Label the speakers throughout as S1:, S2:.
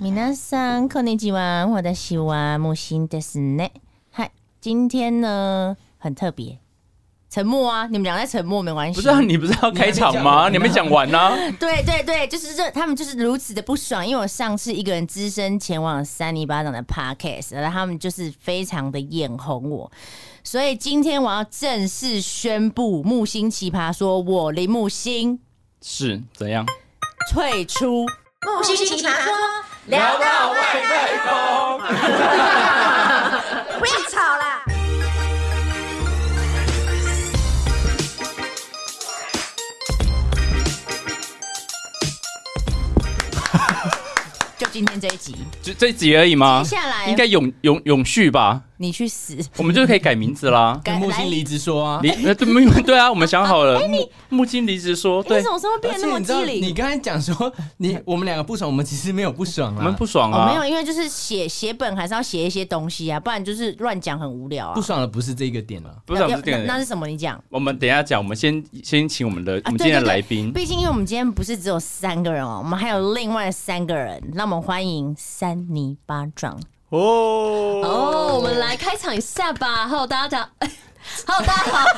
S1: 皆さんこんにちは，我的西瓦木星ですね。嗨，今天呢很特别，沉默啊，你们俩在沉默没关系。
S2: 不是啊， 你不是要开场吗？你还没讲完呢、
S1: 对对对，就是这，他们就是如此的不爽，因为我上次一个人只身前往三里巴掌的 podcast，然后他们就是非常的眼红我，所以今天我要正式宣布木星奇葩说，我林木星
S2: 是怎样？
S1: 退出。
S3: 木星奇葩说，聊到外太空，不要吵啦！
S1: 就今天这一集，
S2: 就这一集而已吗？
S1: 接下来
S2: 啊
S1: 啊
S2: 应该永永永续吧？
S1: 你去死！
S2: 我们就可以改名字啦。
S1: 改哎
S4: 木
S1: 来
S4: 星离职说啊。
S2: 离呃对没有 对啊，我们想好了。木木金离职说，
S1: 你
S2: 对
S1: 怎，么会变
S4: 而
S1: 得那
S4: 且
S1: 么
S4: 你知
S1: 机
S4: 道，
S1: 灵？
S4: 你刚才讲说你我们两个不爽，我们其实没有不爽
S2: 我
S4: 啊，
S2: 们不爽
S1: 哦，没有，
S2: 啊。
S1: 因为就是写写本还是要写一些东西啊，不然就是乱讲很无聊啊。
S4: 不爽的不是这个点啊。
S2: 不是啊
S1: 那
S2: 不是这个
S1: 那那
S2: 人，
S1: 是什么？你讲。
S2: 我们等一下讲。我们先先请我们的我们
S1: 对
S2: 今天的
S1: 对对
S2: 来宾，
S1: 毕竟，因为我们今天不是只有三个人哦，我们还有另外三个人，那我们欢迎三泥巴掌。
S2: 哦，
S5: 哦，我们来开场一下吧。Hello，大家好。Hello，大家好。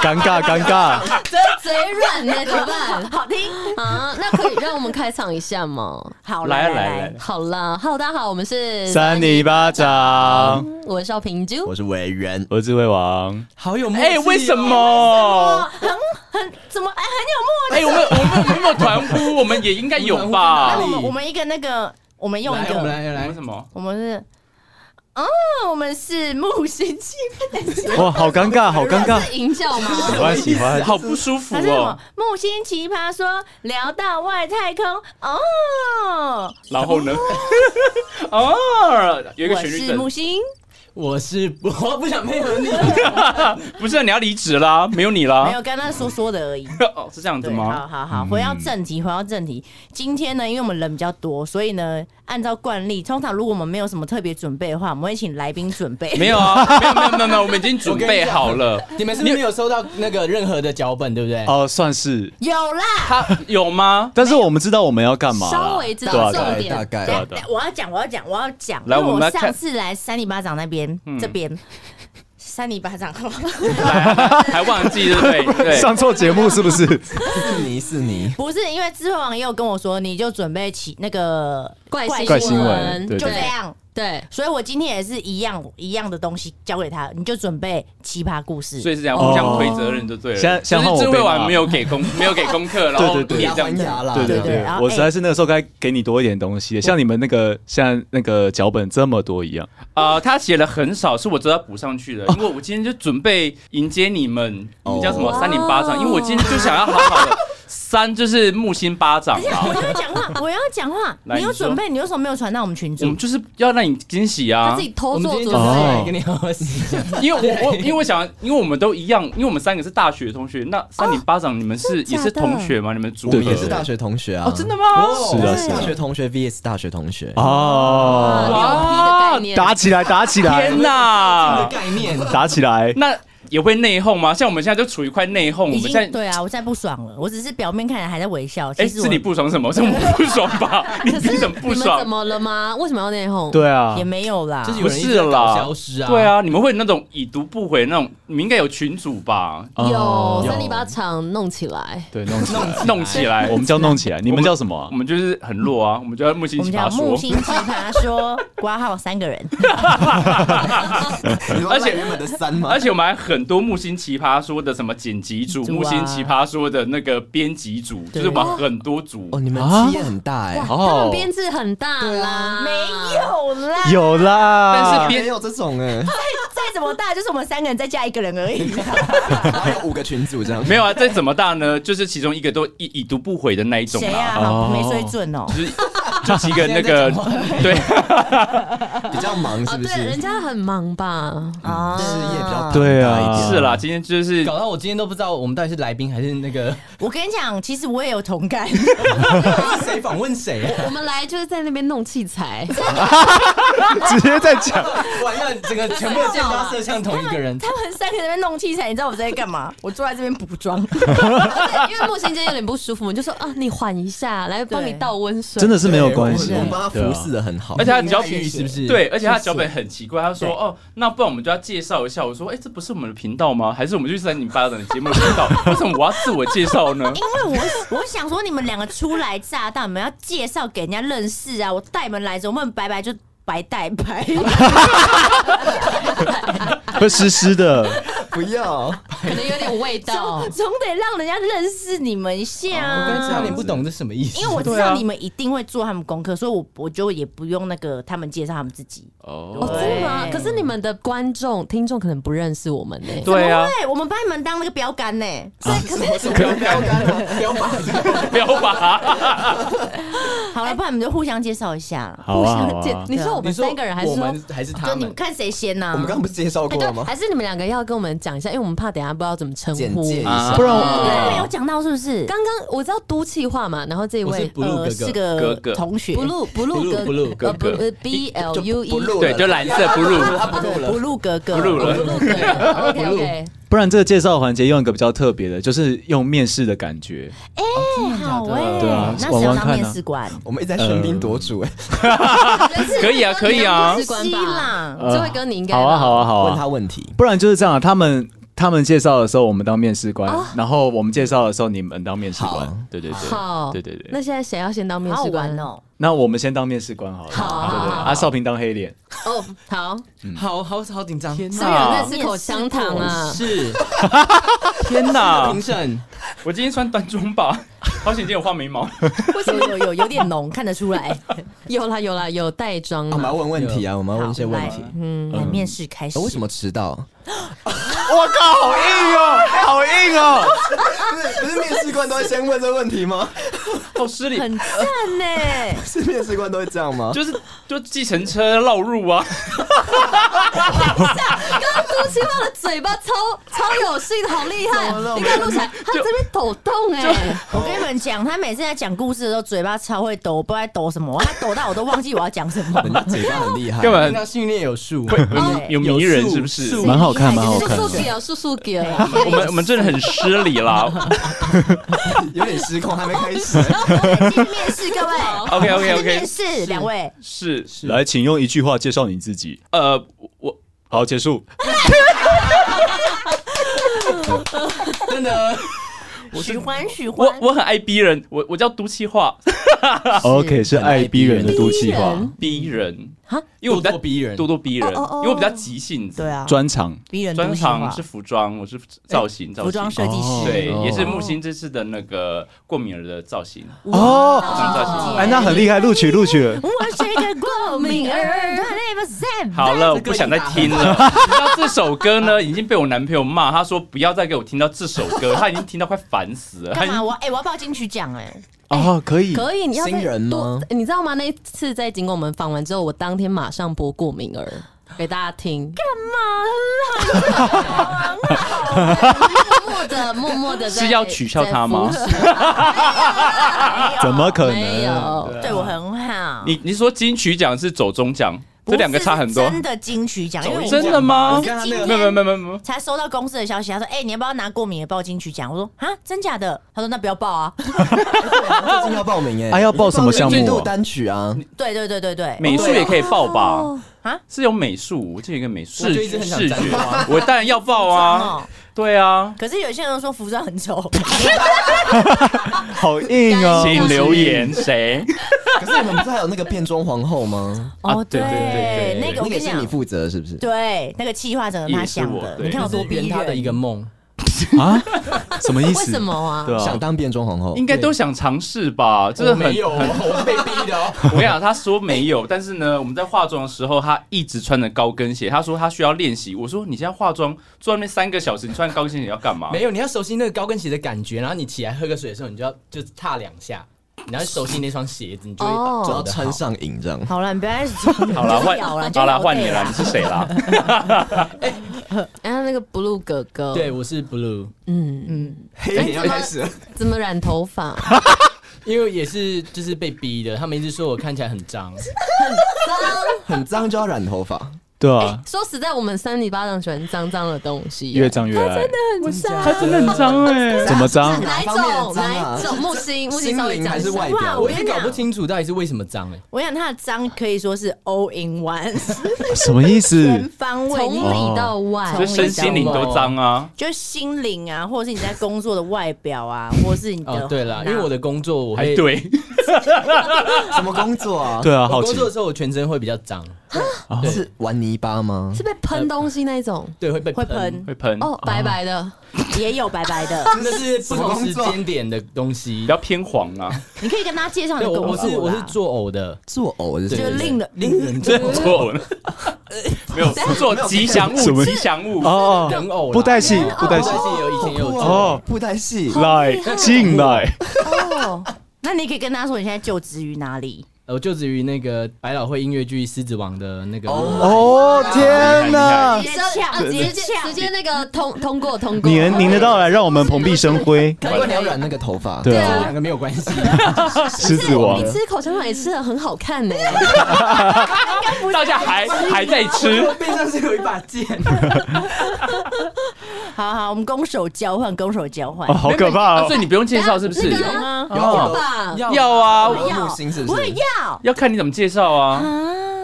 S6: 尴 尬尴尬，
S5: 嘴嘴软呢，怎么办？
S1: 好听，
S5: 啊，那可以让我们开场一下吗？
S1: 好
S2: 来啊
S1: 来
S2: 来啊来啊，
S5: 好啦，Hello，大家好，我们是
S6: 扇你巴掌，
S5: 我是少平啾。
S6: 啊我是委员，我是智慧王，
S4: 好有默契、哦
S2: 哎，
S1: 哦
S2: 为什？么？
S1: 怎么哎很
S2: 哎，我们我们我们有没有团呼？我们也应该有
S4: 我
S1: 有默契？
S2: 吧
S4: 们？
S1: 我们我们一 个那个，我们用一
S4: 来，我们
S1: 个，
S4: 来
S2: 我
S4: 来
S2: 们
S4: 来
S2: 什，么？
S1: 我们是哦，我们是木星气，
S6: 哇，好尴尬，好尴尬，
S5: 是营销吗？
S6: 喜欢喜欢，
S2: 好不舒服
S1: 还是什么
S2: 哦。
S1: 木星奇葩说聊到外太空哦，
S2: 然后呢？哦，有一个
S1: 我
S2: 旋律
S1: 是
S2: 等
S1: 木。星，
S4: 我是我不想配合你，
S2: 不是、啊、你要离职啦，没有你
S1: 没
S2: 啦。
S1: 有刚刚说说的而已。
S2: 哦，是这样子
S1: 对，
S2: 吗
S1: 好？好
S2: 嗯
S1: 好，回到正题，回到正题。今天呢，因为我们人比较多，所以呢，按照惯例，通常如果我们没有什么特别准备的话，我们会请来宾准备。
S2: 没有啊，没有没有没有没有，我们已经准备好了。
S4: 你们是不是没有收到那个任何的脚本，对不对？
S6: 哦，算是，
S1: 有啦，
S2: 他有吗？
S6: 但是我们知道我们要干嘛啦，
S5: 稍微知道
S6: 对
S5: 重
S6: 啊对啊
S5: 点
S6: 大概
S1: 等
S6: 啊
S1: 下等下我要讲，我要讲，我要讲。
S2: 来
S1: 因为
S2: 我们
S1: 我
S2: 来看嗯
S1: 上次来三里巴掌那边，这边三里巴掌，
S2: 还忘记对不对？
S6: 对啊
S2: 对，
S6: 上错节目是不是？
S4: 是你是你，
S1: 不是因为智慧网也有跟我说，你就准备起那个
S5: 怪
S6: 怪
S5: 新
S6: 新闻对
S1: 就这样。
S5: 对，
S1: 所以我今天也是一样一样的东西交给他，你就准备奇葩故事。
S2: 所以是这样，互相推责任就对了。
S6: 现在现在换
S2: 就
S6: 我
S2: 是智
S6: 被骂
S2: 慧丸没有给功，没有给功课，然后
S6: 对
S2: 你
S6: 对
S2: 这
S6: 对
S4: 牙
S2: 样
S4: 还
S2: 子。
S4: 牙啦，
S6: 对对
S1: 对
S6: 对啊哎
S1: 然，后
S6: 我实在是那个时候该给你多一点东西，像你们那个像那个脚本这么多一样，
S2: 啊、他写了很少，是我知道补上去的，因为我今天就准备迎接你们，你们叫什么
S5: 哦
S2: 三零巴掌，因为我今天就想要好好的三就是木星巴掌啦，
S1: 我要讲话，我要讲话。
S2: 来
S1: 你有
S2: 你说
S1: 准备，你为什么没有传到我们群
S2: 我
S1: 组
S2: 们？就是要让你惊喜啊，
S5: 他自己
S4: 我
S5: 偷
S4: 们今
S5: 做
S4: 天就
S5: 准
S4: 是
S5: 备。
S4: 来跟你好好洗一下。
S2: 因为我我因为我想，因为我们都一样，因为我们三个是大学同学，那三零巴掌你们是
S1: 真的假
S2: 也
S1: 的
S2: 是同学吗？你们组
S6: 我
S7: 我
S6: 们
S7: 们
S6: 也
S7: 也
S6: 是
S7: 是
S6: 大
S7: 大学同学啊！
S2: 哦，真的吗？
S6: 是啊是
S7: 大
S6: 啊，
S7: 学同学 VS 大学同学
S5: 啊
S6: 哦，
S5: 牛批的概念。
S6: 打起来打起来
S2: 天哪！
S4: 概念，
S6: 打起来，
S2: 那也会内讧吗？像我们现在就处于快内讧，我
S1: 已
S2: 们
S1: 经
S2: 现在
S1: 对啊，我现在不爽了，我只是表面看起来还在微笑，
S2: 哎、
S1: 其实我
S2: 是你不 爽什么？是我们不爽吧？你
S5: 可是
S2: 凭什么
S5: 你
S2: 不
S5: 们怎
S2: 爽？
S5: 么了吗？为什么要内讧？
S6: 对啊
S1: 也，没有啦
S4: 就。是有人一直在搞消失啊，
S2: 对，啊，你们会有那种已读不回那种，你们应该有群主吧？
S5: 有
S6: 哦
S5: 三里八场弄起来。
S6: 对弄起来，
S4: 啊
S2: 弄 起来，
S6: 我们叫弄起来，你们叫什么啊
S2: 我？们就是很弱啊，我们就要木星
S1: 我
S2: 奇
S1: 们
S2: 葩
S1: 叫木
S2: 说，
S1: 星奇葩说，挂号三个 人，
S7: 你说
S2: 而且
S7: 赖原本的三吗
S2: 而？且我们还很多木星奇葩说的什么剪辑组、
S1: 组啊
S2: 木星奇葩说的那个编辑组，就是我们很多组。
S7: 哦，你们
S6: 啊
S7: 企业很大
S4: 欸
S7: 哎，
S5: 他们编制很大啦，
S1: 啊没有啦，
S6: 有啦，
S2: 但是
S7: 没有这种 哎，
S1: 再怎么大就是我们三个人再加一个人而已。
S7: 然后有五个群组这样，
S2: 没有啊，再怎么大呢？就是其中一个都已已读不回的那一种
S1: 谁
S2: 啦，
S1: 啊？好没水准哦。
S2: 就是就是一个那个 对，
S7: 比较忙
S5: 啊，
S7: 是不
S5: 对，
S7: 是
S5: 人？家很忙吧？
S1: 啊
S7: 事业比较
S6: 对
S7: 大一
S6: 啊，
S2: 是啦，，今天就是
S4: 搞到我今天都不知道我们到底是来宾还是那 个
S1: 我跟你讲，其实我也有同感。
S4: 谁访问谁 啊。
S5: 我们来就是在那边弄器材，
S6: 直接在讲，
S4: 完了，整个全部箭都射向同一个人。
S1: 他们三个人在那边弄器材，你知道我在干嘛？我坐在这边补 妆。
S5: 因为木星今天有点不舒服，我们就说啊，你缓一下，来帮你倒温水。
S6: 真的是没有有关系
S7: 我们帮他
S6: 对啊
S7: 服侍的很好
S2: 而，且他脚
S4: 外遇是不啊是？
S2: 对，而且他脚本很奇怪，他说：“哦，那不然我们就要介绍一下。”我说：“哎、这不是我们的频道吗？还是我们去三零八等的节目频道？为什么我要自我介绍呢
S1: 因为我 我想说，你们两个初来乍到，你们要介绍给人家认识啊！我带你们来，怎么白白就白带白？
S6: 会湿湿的。
S7: 不要，
S5: 可能有点味 道
S1: 总。总得让人家认识你们一下
S4: 我刚才差
S1: 啊！
S4: 点不懂这什么意思。
S1: 因为我知
S2: 对啊
S1: 道你们一定会做他们功课，所以我我觉得我也不用那个他们介绍他们自己。？”
S5: 哦，
S2: 哦，
S5: 真的吗？
S1: 对
S5: 可是你们的观众、听众可能不认识我们呢。
S2: 对啊，
S1: 对，我们把你们当那个标杆呢、
S7: 啊
S2: 标靶，
S1: 好了，不然你们就互相介绍一下了，
S6: 好啊，好
S5: 互相
S6: 啊
S5: 介你嗯说我
S4: 你
S5: 们
S4: 说
S5: 三个人还是
S4: 我
S5: 说？
S4: 们还是
S1: 就
S4: 他
S1: 你们
S4: 们？
S1: 看啊谁先呐、
S7: 我们刚刚不是介绍
S5: 哎
S7: 过了
S5: 对，
S7: 吗？
S5: 还是你们两个要跟我们讲一下，因为我们怕等一下不知道怎么称
S7: 简
S5: 呼。
S7: 介一
S2: 啊
S7: 下，
S6: 不然
S1: 对
S6: 我
S1: 没有讲到是不是？
S5: 刚刚我知道都气话嘛，然后这
S4: 我是
S5: 位
S4: blue
S1: 呃，是
S4: 哥哥，
S1: 个
S2: 哥哥
S1: 同学，
S5: 不录不录
S4: Blue-
S5: 哥
S4: Blue
S5: 呃
S2: 哥哥
S5: 不呃 B L
S7: 就
S5: U
S7: 不
S5: E
S7: 录了
S2: 对，就蓝色不入，
S7: 他不录
S1: 不
S7: 了，
S1: 录哥哥，
S2: 不录了
S5: OK OK，
S6: 不然这个介绍环节用一个比较特别的，就是用面试的感觉。
S1: 哎，好哎、
S6: 对啊
S1: 那
S6: 玩
S1: 谁要当
S6: 玩看啊
S1: 面试官？
S7: 我们一直在喧宾夺主
S6: 嗯
S7: 哎，
S2: 可以啊，可以啊
S5: 不，是
S1: 希啦，
S5: 这位哥你应该
S6: 好啊，
S5: 吧
S6: 好啊，好
S7: 问
S6: 啊。
S7: 他问题，
S6: 不然就是这样啊，他们他们介绍的时候，我们当面试官，然后我们介绍的时候，你们当面试
S7: 好
S6: 官。对对对，
S5: 好，
S6: 对对对。
S5: 那现在谁要先当面
S1: 好好
S5: 试
S1: 玩
S5: 官？
S1: 哦。
S6: 那我们先当面试官好了。
S5: 好好
S6: 对对对
S5: 好
S6: 啊，少平当黑脸。
S5: 哦，好，
S4: 好好好紧张，
S5: 所以有人在吃口香糖啊。
S4: 是
S2: 天哪
S4: 评！审，
S2: 我今天穿短中吧， 好险今天有画 眉毛。
S1: 有有有有点浓，看得出来。
S5: 有啦有啦，有带妆
S7: 我们
S5: 啦
S7: 要。问问题啊，我们要问一些问题
S1: 好。嗯，来面试开始。
S7: 呃为什么迟 到？
S6: 我靠，好硬哦，好硬哦！
S7: 不是不是面试官都会先问这问题吗？
S2: 好失礼，
S1: 很赞呢？
S7: 是面试官都会这样吗？
S2: 就是就计程车绕路啊，
S5: 杜琪旺的嘴巴超超有性，好厉害！你看露起来，他这边抖动哎，
S1: 我跟你们讲，他每次在讲故事的时候，嘴巴超会抖，不知道在抖 什么，他抖到我都忘记我要讲什么。
S7: 人家嘴巴很厉害，
S2: 根
S4: 人
S2: 本
S4: 家训练有素，
S1: 对，
S2: 有迷人是不是？
S4: 有
S6: 蛮好看，蛮好
S5: 速
S6: 看
S5: 速
S6: 的。
S5: 给哦，速速给哦。
S2: 我们我们真的很失礼 啦。
S7: 有点失控，还没开始。
S1: 进哎面试各位
S2: OK OK
S1: 进面
S2: OK，
S1: 试两位，
S2: 是
S6: 来，请用一句话介绍你自己。
S2: 呃，我
S6: 好，结束。
S4: 真的。
S1: 许欢许
S2: 我
S1: 欢，
S2: 我很爱逼人，我我叫毒气话
S6: OK，是爱逼人的毒气
S5: 逼
S6: 话
S5: 人
S2: 逼 人
S5: 哈，
S2: 因为我比较
S4: 咄咄逼人
S2: 咄咄逼人，
S1: 哦哦哦
S2: 因为我比较急性子
S1: 对。啊，
S6: 专场。
S1: 逼人
S2: 专
S1: 都
S2: 场是服装，我是造型，造
S1: 哎
S2: 型
S1: 服装设计师，
S2: 对，
S6: 哦
S2: 也是木星这次的那个过敏儿的造型。
S6: 哦，
S2: 哦
S6: 哎，那很厉害，录取录取了。
S1: 我是个过 敏儿，
S2: 好了，我不想再听了。你知道这首歌 呢，已经被我男朋友骂，他说不要再给我听到这首歌，他已经听到快烦死了。他
S1: 干
S2: 已经
S1: 嘛？我哎、我要报金曲奖哎、
S6: 哦，可以。
S5: 可以，你要再
S7: 新人吗
S5: 多你知道吗？那一次在经过我们访完之后，我当天马上播过敏儿给大家听。干嘛？默默的，默默的
S2: 是要取笑他吗？
S6: 怎么可
S5: 没
S6: 能？
S5: 有，
S1: 对我很好。
S2: 啊你你说金曲奖是走中奖，这两个差很多
S1: 不是，是真的金曲奖，因为我
S2: 真的吗
S1: 我？是
S4: 啊
S1: 今
S2: 没有没有
S1: 天
S2: 没有没有没有，
S1: 才收到公司的消息，他说：“哎、你要不要拿过敏也报金曲奖？”我说：“啊，真假的？”他说：“那不要报啊。
S7: 最近要报名哎，
S6: 哎要报什么项目啊
S7: 年度单曲啊，”
S1: 对对对对对，
S2: 美术也可以报吧？
S1: 啊，
S2: 是有美术，我记得有一个美术
S4: 哦我就一直
S2: 视
S4: 很想
S2: 视觉
S4: 沾光，
S2: 我当然要报啊
S1: 哦。
S2: 对啊，
S1: 可是有些人说服装很 丑，
S6: 好硬哦。
S2: 请留言 谁？
S7: 可是你们不是还有那个变装皇后吗？
S2: 啊对对对对
S1: 哦那个
S7: 那
S1: 我
S7: 个
S1: 跟
S7: 是你
S1: 讲，
S7: 负责是不是？
S1: 对，那个气话整个他想
S2: 也是我
S1: 的，
S2: 对
S1: 你看我
S4: 就是
S1: 多
S4: 圆
S1: 逼
S4: 他的一个梦，
S6: 啊？什么意思？
S5: 为什么啊？
S6: 对
S7: 想
S6: 啊，
S7: 当变装皇后
S1: 嗯
S2: 应，该都想尝试吧？这个很
S4: 没有，我是被逼的哦。
S2: 我跟你讲，他说没有，但是呢，我们在化妆的时候，他一直穿着高跟鞋。他说他需要练习。我说你现在化妆坐在那边三个小时，你穿高跟鞋要干嘛？
S4: 没有，你要熟悉那个高跟鞋的感觉，然后你起来喝个水的时候，你就要就踏两下，你要熟悉那双鞋子，你就会
S5: 哦
S4: 走
S7: 然后
S4: 得好
S7: 穿。上瘾这样。
S1: 好了，你不要开始讲了
S2: 好啦，换
S1: 咬了就
S2: 好啦，
S1: 咬
S2: 换你
S1: 对
S2: 啦，
S1: 啦
S2: 你是谁啦？
S5: 哎，然后那个 blue 哥哥，
S4: 对，，我是 blue，
S5: 嗯嗯，
S1: 哎
S7: 黑
S5: 你要开始怎么染头发？
S4: 因为也是就是被逼的，他们一直说我看起来很脏，
S7: 很脏就要染头发，
S6: 对
S5: 哎、
S6: 啊，
S5: 说实在，我们三里巴掌喜欢脏脏的东西、
S6: 越脏越爱，
S5: 很脏。
S2: 他真的很脏哎、
S6: 怎么 脏？
S5: 哪一
S7: 哪方面
S5: 种？
S7: 的脏啊
S5: 哪一种？木星，木星稍微
S7: 心灵
S5: 讲
S7: 还
S5: 一
S7: 是
S5: 下
S7: 外表？
S1: 哇
S4: 我也搞不清楚到底是为什么脏哎。
S1: 我想他的脏可以说是 all in one，
S6: 什么
S1: 全
S6: 意思？
S1: 方位，
S5: 从
S1: 你
S5: 里到外
S2: 所以，身心灵都脏啊。
S1: 就是心灵啊，或者是你在工作的外表啊，或者是你的
S4: 哦，对啦，因为我的工作我
S2: 还
S4: 会，
S2: 对，
S7: 什么工作啊？
S6: 对啊，
S4: 我
S6: 好
S4: 工
S6: 奇
S4: 作的时候我全身会比较脏，
S7: 是玩泥巴吗？
S5: 是被喷东西那一种。
S4: 对，会被
S1: 会喷，
S2: 会喷，
S5: 哦，白白的，
S1: 也有白白的，
S4: 那是不同时间点的东西
S2: 比。较偏黄啊。
S1: 你可以跟他介绍你
S4: 对，
S1: 的
S4: 我
S1: 工
S4: 我是
S1: 作
S4: 我
S1: 啦
S4: 是做呕的，
S7: 做偶是
S4: 对
S1: 就
S4: 对
S7: 谁？
S4: 对
S1: 令人
S4: 令人
S2: 真的错了，没有做吉祥
S6: 什
S2: 物，
S6: 么
S2: 吉祥物
S6: 哦，
S4: 人偶啦，
S6: 布袋戏，布袋
S4: 布袋
S6: 戏，
S4: 戏有以前也有做，
S6: 哦，
S7: 布袋戏
S6: 来进来，
S1: 哦，那你可以跟他说你现在就职于哪里？
S4: 呃我就职于那个百老汇音乐剧《狮子王》的那个。
S6: 哦，天哪
S1: 直！接呛，
S5: 啊直
S1: 直
S5: 接
S1: 接
S5: 直
S1: 呛，
S5: 接那个通通过通过。哦
S6: 您您的到来让我们蓬荜生辉，
S7: 难怪你要染那个头发。
S6: 对
S4: 这
S6: 啊，
S4: 两个没有关系，
S6: 狮子王
S5: 你吃口香糖也吃的很好看呢、
S2: 大家还还在吃，
S4: 我背上是有一把剑。
S1: 好好，我们攻守交换，攻守交换
S6: 哦，。好可怕
S2: 啊
S6: 哦
S2: 所！以你不用介绍是不是
S5: 那？个
S1: 啊，
S7: 哦
S5: 要吧？
S2: 要啊，
S1: 我要
S7: 木星是不
S1: 我
S7: 是
S1: 也？要
S2: 要看你怎么介绍啊。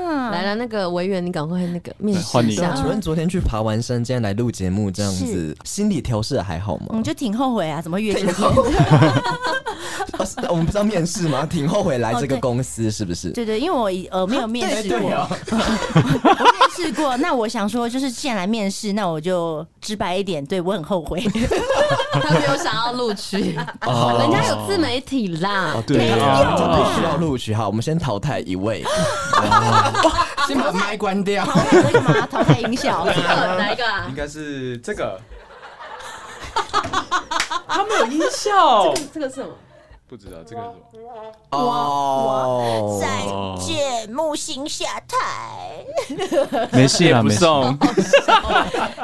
S1: 啊！
S5: 来了，那个维园，你赶快那个面试
S6: 换你啊
S5: 一下。
S7: 主任昨天去爬完山，今天来录节目，这样
S1: 嗯
S7: 子哦心理调试得还好
S1: 我
S7: 吗
S1: 们？就挺后悔啊，怎么越
S7: 挺
S1: 前
S7: 后悔。啊是我们不是要面试吗？挺后悔来这
S1: 哦
S7: 个公司，是不是？
S1: 对对，因为我以呃没有面试过， 我面试过。那我想说，就是既然来面试，那我就直白一点，对我很后悔。
S5: 他没有想要录取，
S7: 哦
S5: 人家有自媒体啦。
S2: 哦
S6: 对
S7: 这
S6: 啊，
S7: 必须要录取。好，我们先淘汰一位。
S4: 先 把麦关掉。
S7: 哦
S1: 淘汰为什么啊？淘汰音效？
S5: 哪一个啊？
S2: 该是这个，他没有音效，
S5: 这个是什么？
S2: 不知道这个是什么。
S7: 哦，
S1: 再见，木星下台。
S6: 没事啊
S2: 也
S6: 啦，
S2: 不哦
S6: 没事。
S2: 送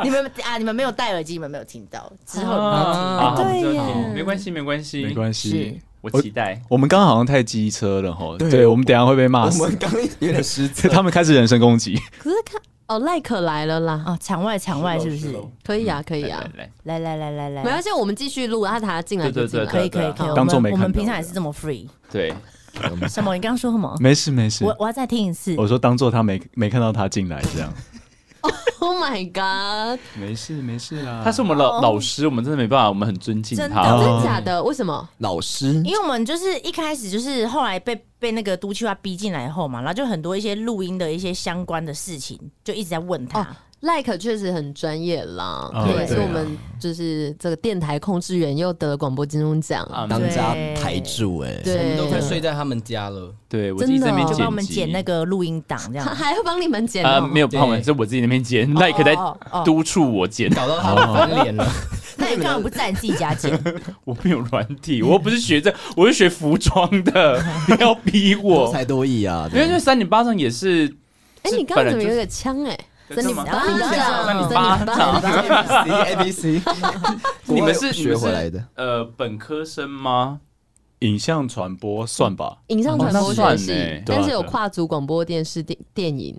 S1: 你们啊，你们没有戴耳机，你们没有听到。之后你们
S2: 啊，
S5: 对
S2: 对
S5: 耶
S2: 没关系，没关系，
S6: 没关系
S1: 是。
S2: 我期待。
S6: 我们刚刚好像太机车了吼，
S7: 对
S6: 对我们等一下会被
S7: 我
S6: 骂死
S7: 们，刚有点失策。
S6: 他们开始人身攻击。
S5: 可是看哦，赖可来了啦，
S1: 哦，场外场外是不是？
S5: 可以啊，可以
S2: 来
S5: 啊
S2: 来，来，
S1: 来来来来来，
S5: 没关系，我们继续录，他他进来
S2: 对
S5: 就
S2: 对
S5: 进
S2: 对
S5: 来。哦
S1: 可以可以
S2: 对啊
S1: 可以，
S6: 当作没
S1: 我
S6: 看到
S1: 们平常也是这么 free。
S2: 对，
S1: 什么？你刚刚说什么？
S6: 没事没事，
S1: 我我要再听一次。
S6: 我说当做他没没看到他进来这样。
S5: Oh my god！
S6: 没事没事啦
S2: 他是我们老老师，我们真的没办法，我们很尊敬
S1: 哦真的
S2: 他
S5: 真。
S6: 哦
S5: 的假的？为什么？
S7: 老师
S1: 因为我们就是一开始就是后来被被那个都区化逼进来后嘛，然后就很多一些录音的一些相关的事情，就一直在问他。
S5: 哦，like 确实很专业啦，
S6: 哦
S5: 对，
S2: 对
S5: 是我
S6: 啊
S5: 们就是这个电台控制员又得了广播金钟奖，
S2: 啊
S7: 当家
S1: 对
S7: 台柱，哎，
S4: 我
S5: 对
S4: 们，都快睡在他们家了。
S2: 对我
S5: 真
S2: 自己在那边
S5: 的
S1: 就
S2: 辑，
S1: 哦帮我们剪那个录音档这样
S5: 他。还会帮你们剪
S2: 呃，
S5: 哦，
S2: 没有帮我们，
S4: 对
S2: 是我自己那边剪，like 在
S1: 哦哦哦
S2: 督促我剪，
S4: 搞到他们翻脸了，
S1: 那你干嘛不在你自己家剪？
S2: 我没有软体，我不是学这，我是学服装的， 不要逼
S7: 多
S2: 我。
S7: 才多艺啊！
S2: 因为这三点八上也是，
S5: 哎，
S2: 是
S5: 你刚
S2: 本
S5: 刚
S2: 来
S5: 怎么
S2: 就
S5: 有
S2: 是
S5: 点腔哎？
S1: 真的吗？
S5: 巴掌
S2: 三里巴掌，
S7: A B C，
S2: 你们是
S7: 学回来的，
S2: 呃本科生吗？
S6: 影像传播算吧，
S5: 影像传播
S2: 哦那
S5: 学
S2: 算
S5: 系
S2: 欸，
S5: 但是有
S6: 对啊
S5: 跨足广播电视、电电影，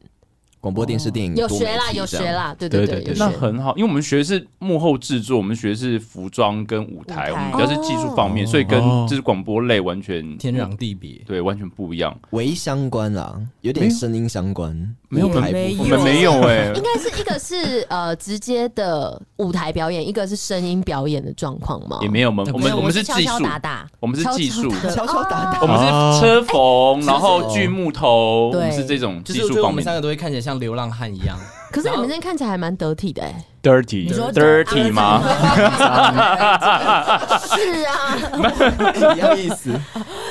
S7: 广播电视电影
S5: 哦有
S7: 多媒
S5: 学啦，
S7: 体
S5: 有
S7: 这样
S5: 学。啦，对
S6: 对
S5: 对，
S6: 对
S5: 有
S6: 对
S2: 那
S5: 学。
S2: 很好，因为我们学的是幕后制作，我们学的是服装跟舞台，
S1: 舞
S2: 我
S1: 台
S2: 们比较是技术方面，所以跟
S6: 哦
S2: 就是广播类完全
S4: 天壤地别。
S2: 对完全不一样。
S7: 为相关啦，有点声音相关，
S2: 没有
S7: 舞台
S1: 没
S7: 部
S2: 我
S7: 分
S2: 们没有哎，
S5: 应该是一个是呃直接的舞台表演，一个是声音表演的状况吗？
S2: 也没有，我们我们我们是
S1: 敲
S2: 技
S1: 敲
S2: 术，
S1: 打打，哎
S2: 我们是技术，
S5: 哦
S7: 敲敲打打
S2: 我们是
S4: 哦
S2: 车缝，然后锯木头，
S1: 对
S2: 我们是这种
S4: 就
S2: 技
S4: 是我觉
S2: 术
S4: 得我
S2: 方
S4: 们
S2: 面
S4: 三。个都会看起来像流浪汉一样，
S5: 可是你们现在看起来还蛮得体的 哎、
S6: dirty，
S1: 你说
S2: dirty 吗？
S1: 是啊，
S7: 一样意思。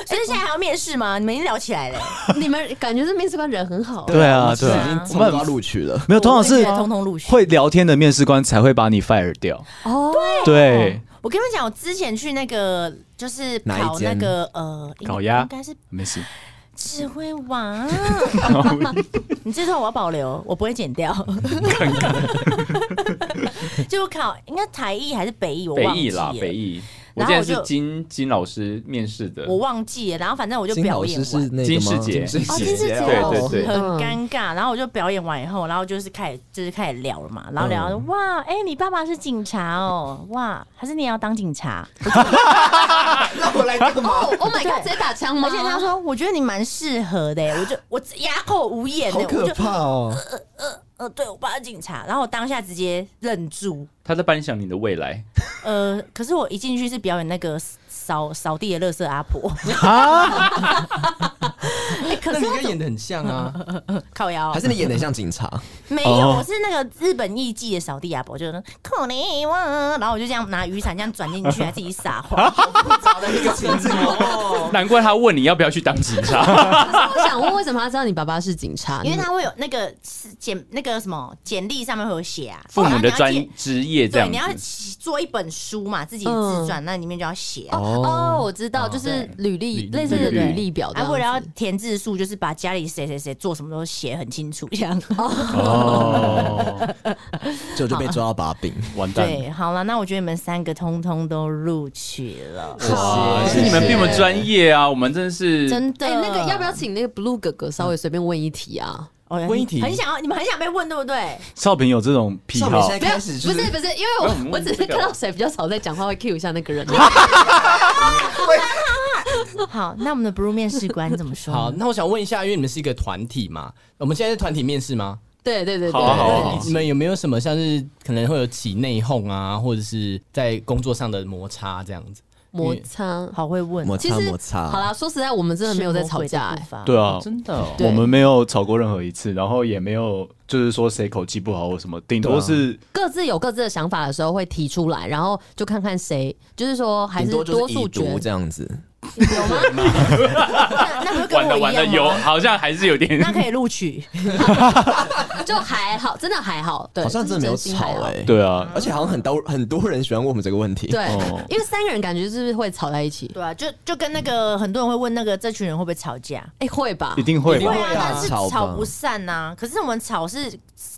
S1: 所以现在还要面试吗？你们已经聊起来了。
S5: 你们感觉这面试官人很好。
S6: 对啊
S7: 对
S6: 对
S7: 啊，
S6: 啊，
S7: 已经差不多录取了。
S6: 没有，通常
S1: 我也
S6: 是
S1: 觉得通通录取。
S6: 会聊天的面试官才会把你 fire 掉。
S5: 哦，
S6: 对，
S1: 我跟你们讲，我之前去那个就是
S7: 哪一
S1: 考那
S7: 间
S1: 个呃应
S6: 烤鸭
S1: 应该是
S6: 没事，
S1: 智慧 王。你这段我要保留，我不会剪掉。 就考应该台艺还是北艺，我
S2: 北
S1: 忘
S2: 艺
S1: 记
S2: 啦
S1: 了，。
S2: 北艺，我
S1: 然
S2: 之
S1: 后我
S2: 前是
S1: 就
S2: 金金老师面试的，
S1: 我忘记了，然后反正我就
S7: 金
S1: 表
S7: 老
S1: 演
S7: 师是
S1: 完。
S7: 那个
S2: 金世杰
S7: 吗？
S5: 哦金世杰
S2: 对对对
S1: 很尴尬，然后我就表演完以后，然后就是开始就是开始聊了嘛，然后聊
S2: 嗯
S1: 到、哇，哎、你爸爸是警察哦，哇，还是你也要当警察？
S7: 那我来干嘛？
S5: 哦 Oh my god！直接打枪吗？
S1: 而且 他说，我觉得你蛮适合的耶，我就我哑口无言的，
S7: 好
S1: 我
S7: 可
S1: 就
S7: 怕哦！
S1: 呃，对我爸是警察，然后我当下直接愣住，
S2: 他在帮你想你的未来，
S1: 呃，可是我一进去是表演那个扫扫地的垃圾阿婆，
S2: 啊
S1: 哎、可
S4: 那
S1: 是
S4: 你跟演的很像啊，
S1: 靠腰
S7: 还是你演的像警察？
S1: 没有，
S2: 哦
S1: 我是那个日本艺伎的扫地阿伯，就是可怜我，然后我就这样拿雨伞这样转进去，还自己撒 谎。
S4: 打的一个情景哦。
S2: 难怪他问你要不要去当警 察。
S5: 我想问，为什么他知道你爸爸是警察？
S1: 因为他会有那个是简那个什么简历上面会有写啊，
S2: 父母的
S1: 然
S2: 专
S1: 后你要写
S2: 职业这
S1: 对，啊你要
S2: 样子，嗯
S1: 起做一本书嘛，自己自传，那里面就要写啊。
S5: 哦，我知道，就是履历类似的
S2: 对
S5: 履历表
S1: 啊，
S5: 这样子，
S1: 为了要填字数，就是把家里谁谁谁做什么都写很清楚，这样。
S6: 哦，
S7: 就就被抓到把柄，
S6: 完蛋了，
S1: 对，好了，那我觉得你们三个通通都录取了，
S2: 可是你们比我们专业啊，我们真的是
S1: 真的。
S5: 哎，那个要不要请那个 Blue 哥哥稍微随便问一题啊？
S1: 哦？
S6: 问一题
S1: 很想要，你们很想被问，对不对？
S6: 少平有这种癖
S7: 少平
S6: 好
S7: 现在，
S5: 没有，
S7: 开
S5: 不
S7: 始
S5: 是
S7: 就是
S5: 不是，因为
S2: 哎我们
S5: 我我
S2: 问
S5: 只
S2: 这
S5: 是
S2: 个
S5: 看到谁比较少在讲话，会 cue 一下那个 人。
S1: 好，那我们的 Blue 面试官怎么说呢？
S4: 好，那我想问一下，因为你们是一个团体嘛，我们现在是团体面试吗？
S5: 对对对
S2: 好啊好啊
S5: 对，
S2: 好啊
S4: 你们有没有什么像是可能会有起内讧啊，或者是在工作上的摩擦这样子？
S7: 嗯
S5: 摩擦。
S1: 好会问哦，
S7: 摩
S5: 其
S7: 擦
S5: 实
S7: 摩
S5: 好
S7: 擦。
S5: 啦，说实在，我们真的没有在吵架，
S1: 是魔鬼的
S5: 哎
S1: 步伐
S6: 对啊，
S2: 真的哦
S5: 对
S6: 我们没有吵过任何一次，然后也没有就是说谁口气不好或什么，顶多是
S5: 各自有各自的想法的时候会提出来，然后就看看谁，就是说还
S7: 顶
S5: 是
S7: 多就
S5: 多
S7: 是已
S5: 数
S7: 读
S5: 决
S7: 这样子，
S1: 那那不是跟
S2: 完了
S1: 我
S2: 完
S1: 一
S2: 了，
S1: 样
S2: 有
S1: 吗？
S2: 好像还是有点
S1: 那可以录取，
S5: 就还好，真的还好，对，
S7: 好像
S5: 这
S7: 真
S5: 是
S7: 的没有
S5: 心还
S7: 吵
S5: 好
S7: 哎。，
S6: 对啊，
S7: 而且好像很多很多人喜欢问我们这个问题。
S5: 对
S6: 哦，
S5: 因为三个人感觉是不是会吵在一起？
S1: 对啊，就就跟那个很多人会问那个这群人会不会吵架，
S5: 哎，会吧
S6: 一？定会吧
S1: 对啊，但是
S7: 吵吧
S1: 吵不散呐。可是我们吵是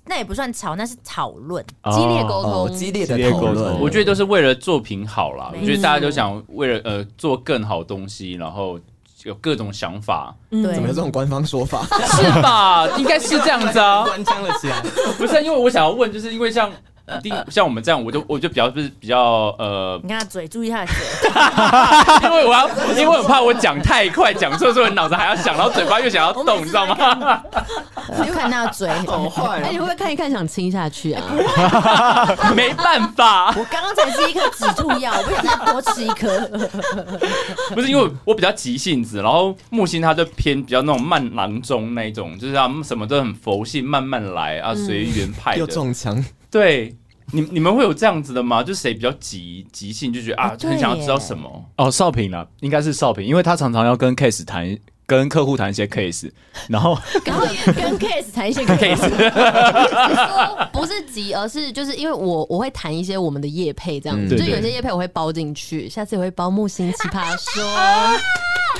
S1: 那也不算吵，那是讨论，
S5: 激烈沟
S7: 哦，
S5: 通，
S7: 激烈的
S6: 激烈
S7: 讨
S6: 沟
S7: 论
S6: 通，
S2: 我觉得都是为了作品好啦，
S1: 没
S2: 我觉得大家都想为了呃做更好东西，然后有各种 想法，
S7: 怎么有
S1: 对
S7: 这。种官方说法？
S2: 是吧？应该是这样子啊，
S4: 关枪了起来，
S2: 不是啊因为我想要问，就是因为像一定 像我们这样，我就我就比较就是比较呃，
S1: 你看他嘴，注意他的嘴，
S2: 因为我要因为我很怕我讲太快，讲错之后脑子还要想，然后嘴巴又想要动，你知道吗？
S1: 你看他的嘴。
S7: 哦
S5: 哎，你会不会看一看想亲下去 啊？
S2: 没办法，
S1: 我刚刚才是一颗止吐药，我不想再多吃一颗。
S2: 不是因为我比较急性子，然后木星他就偏比较那种慢郎中那一种，就是他们什么都很佛系，慢慢来啊，
S1: 嗯
S2: 随缘
S6: 哎
S2: 派
S7: 又
S2: 的。
S7: 中枪，
S2: 对，你你们会有这样子的吗？就谁比较急急性，就觉得啊
S1: 哦，对
S2: 很想要知道
S1: 耶
S2: 什么。
S6: 哦，少平啦，应该是少平，因为他常常要跟 case 谈，跟客户谈一些 case，然后
S1: 然后跟 case 谈一些 case，
S5: 说 不是急，而是就是因为我我会谈一些我们的业配这样子，
S6: 嗯
S5: 就
S6: 对
S5: 有
S6: 对
S5: 些业配我会包进去，下次也会包木星奇 葩
S1: 啊
S5: 说。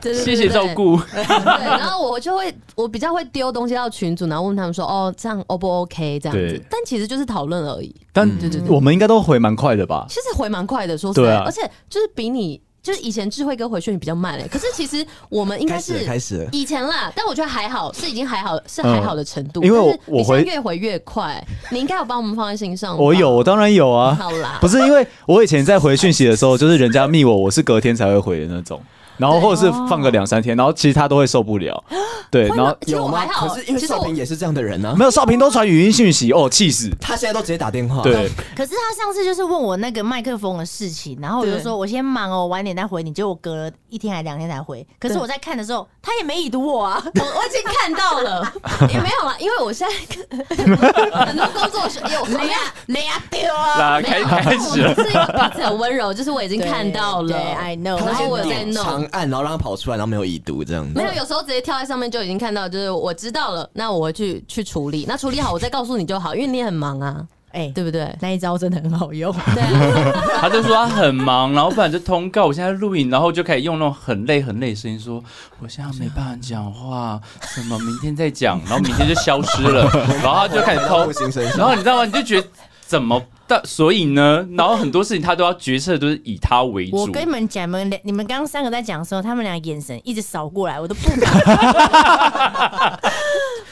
S5: 对对对
S2: 谢谢
S5: 对
S2: 照顾，
S5: 对，然后我就会，我比较会丢东西到群组，然后问他们说，哦，这样 O 不 OK 这样子
S6: 对？
S5: 但其实就是讨论而已，
S6: 但我们应该都回蛮快的吧？
S5: 其实回蛮快的，说实
S6: 对
S5: 在，
S6: 啊
S5: 而且就是比你就是以前智慧哥回讯比较慢欸嘞、可是其实我们应该
S7: 开始
S5: 是
S7: 了开始了
S5: 以前啦，但我觉得还好，是已经还好，是还好的程度。
S6: 嗯因为我
S5: 但是你
S6: 我回
S5: 现在越回越快，你应该有把我们放在心上吧。
S6: 我有，我当然有啊。
S5: 好啦
S6: 不是因为我以前在回讯息的 时候，就是人家密我，我是隔天才会回的那种，然后或者是
S5: 啊
S6: 放个两三天，然后其实他都会受 不了。对，然后
S5: 其实我还好，
S7: 可是因为
S5: 其实
S7: 少
S5: 我
S7: 平也是这样的人啊
S6: 没，有少平都传语音讯息，哦，气死！
S7: 他现在都直接打电话。
S6: 对，
S1: 可是他上次就是问我那个麦克风的事情，然后我就
S5: 对
S1: 说我先忙哦，晚点再回你。结果我隔了一天还两天才回，可是
S5: 对
S1: 我在看的时候，他也没已读我啊。
S5: 我我已经看到了， 也没有啦，因为我现在 很多工作是有没有。
S1: 雷啊丢啊！
S2: 那 开开始了
S5: 我。们是一个彼此很温柔，就是我已经看到了
S1: 对对，I 哎 know
S5: 然后我有在
S7: 点长
S5: 弄。
S7: 按，然后让他跑出来，然后没有已读这样子。
S5: 没有，有时候直接跳在上面就已经看到，就是我知道了，那我会去去处理，那处理好我再告诉你就好，因为你也很忙啊，
S1: 哎，
S5: 对不 对？
S1: 那一招真的很好 用。
S5: 对啊，
S2: 他就说他很忙，然后不然就通告，我现在录影，然后就可以用那种很累很累的声音说，我现在没办法讲话，什么明天再讲，然后明天就消失了，然后他就开始
S7: 回到
S2: 偷
S7: 木星身上
S2: 然后你知道吗？你就觉得。怎么但所以呢，然后很多事情他都要决策都是以他为
S1: 我
S2: 主。
S1: 跟你们讲，你们俩你们刚刚三个在讲的时候，他们俩眼神一直扫过来，我 都不敢。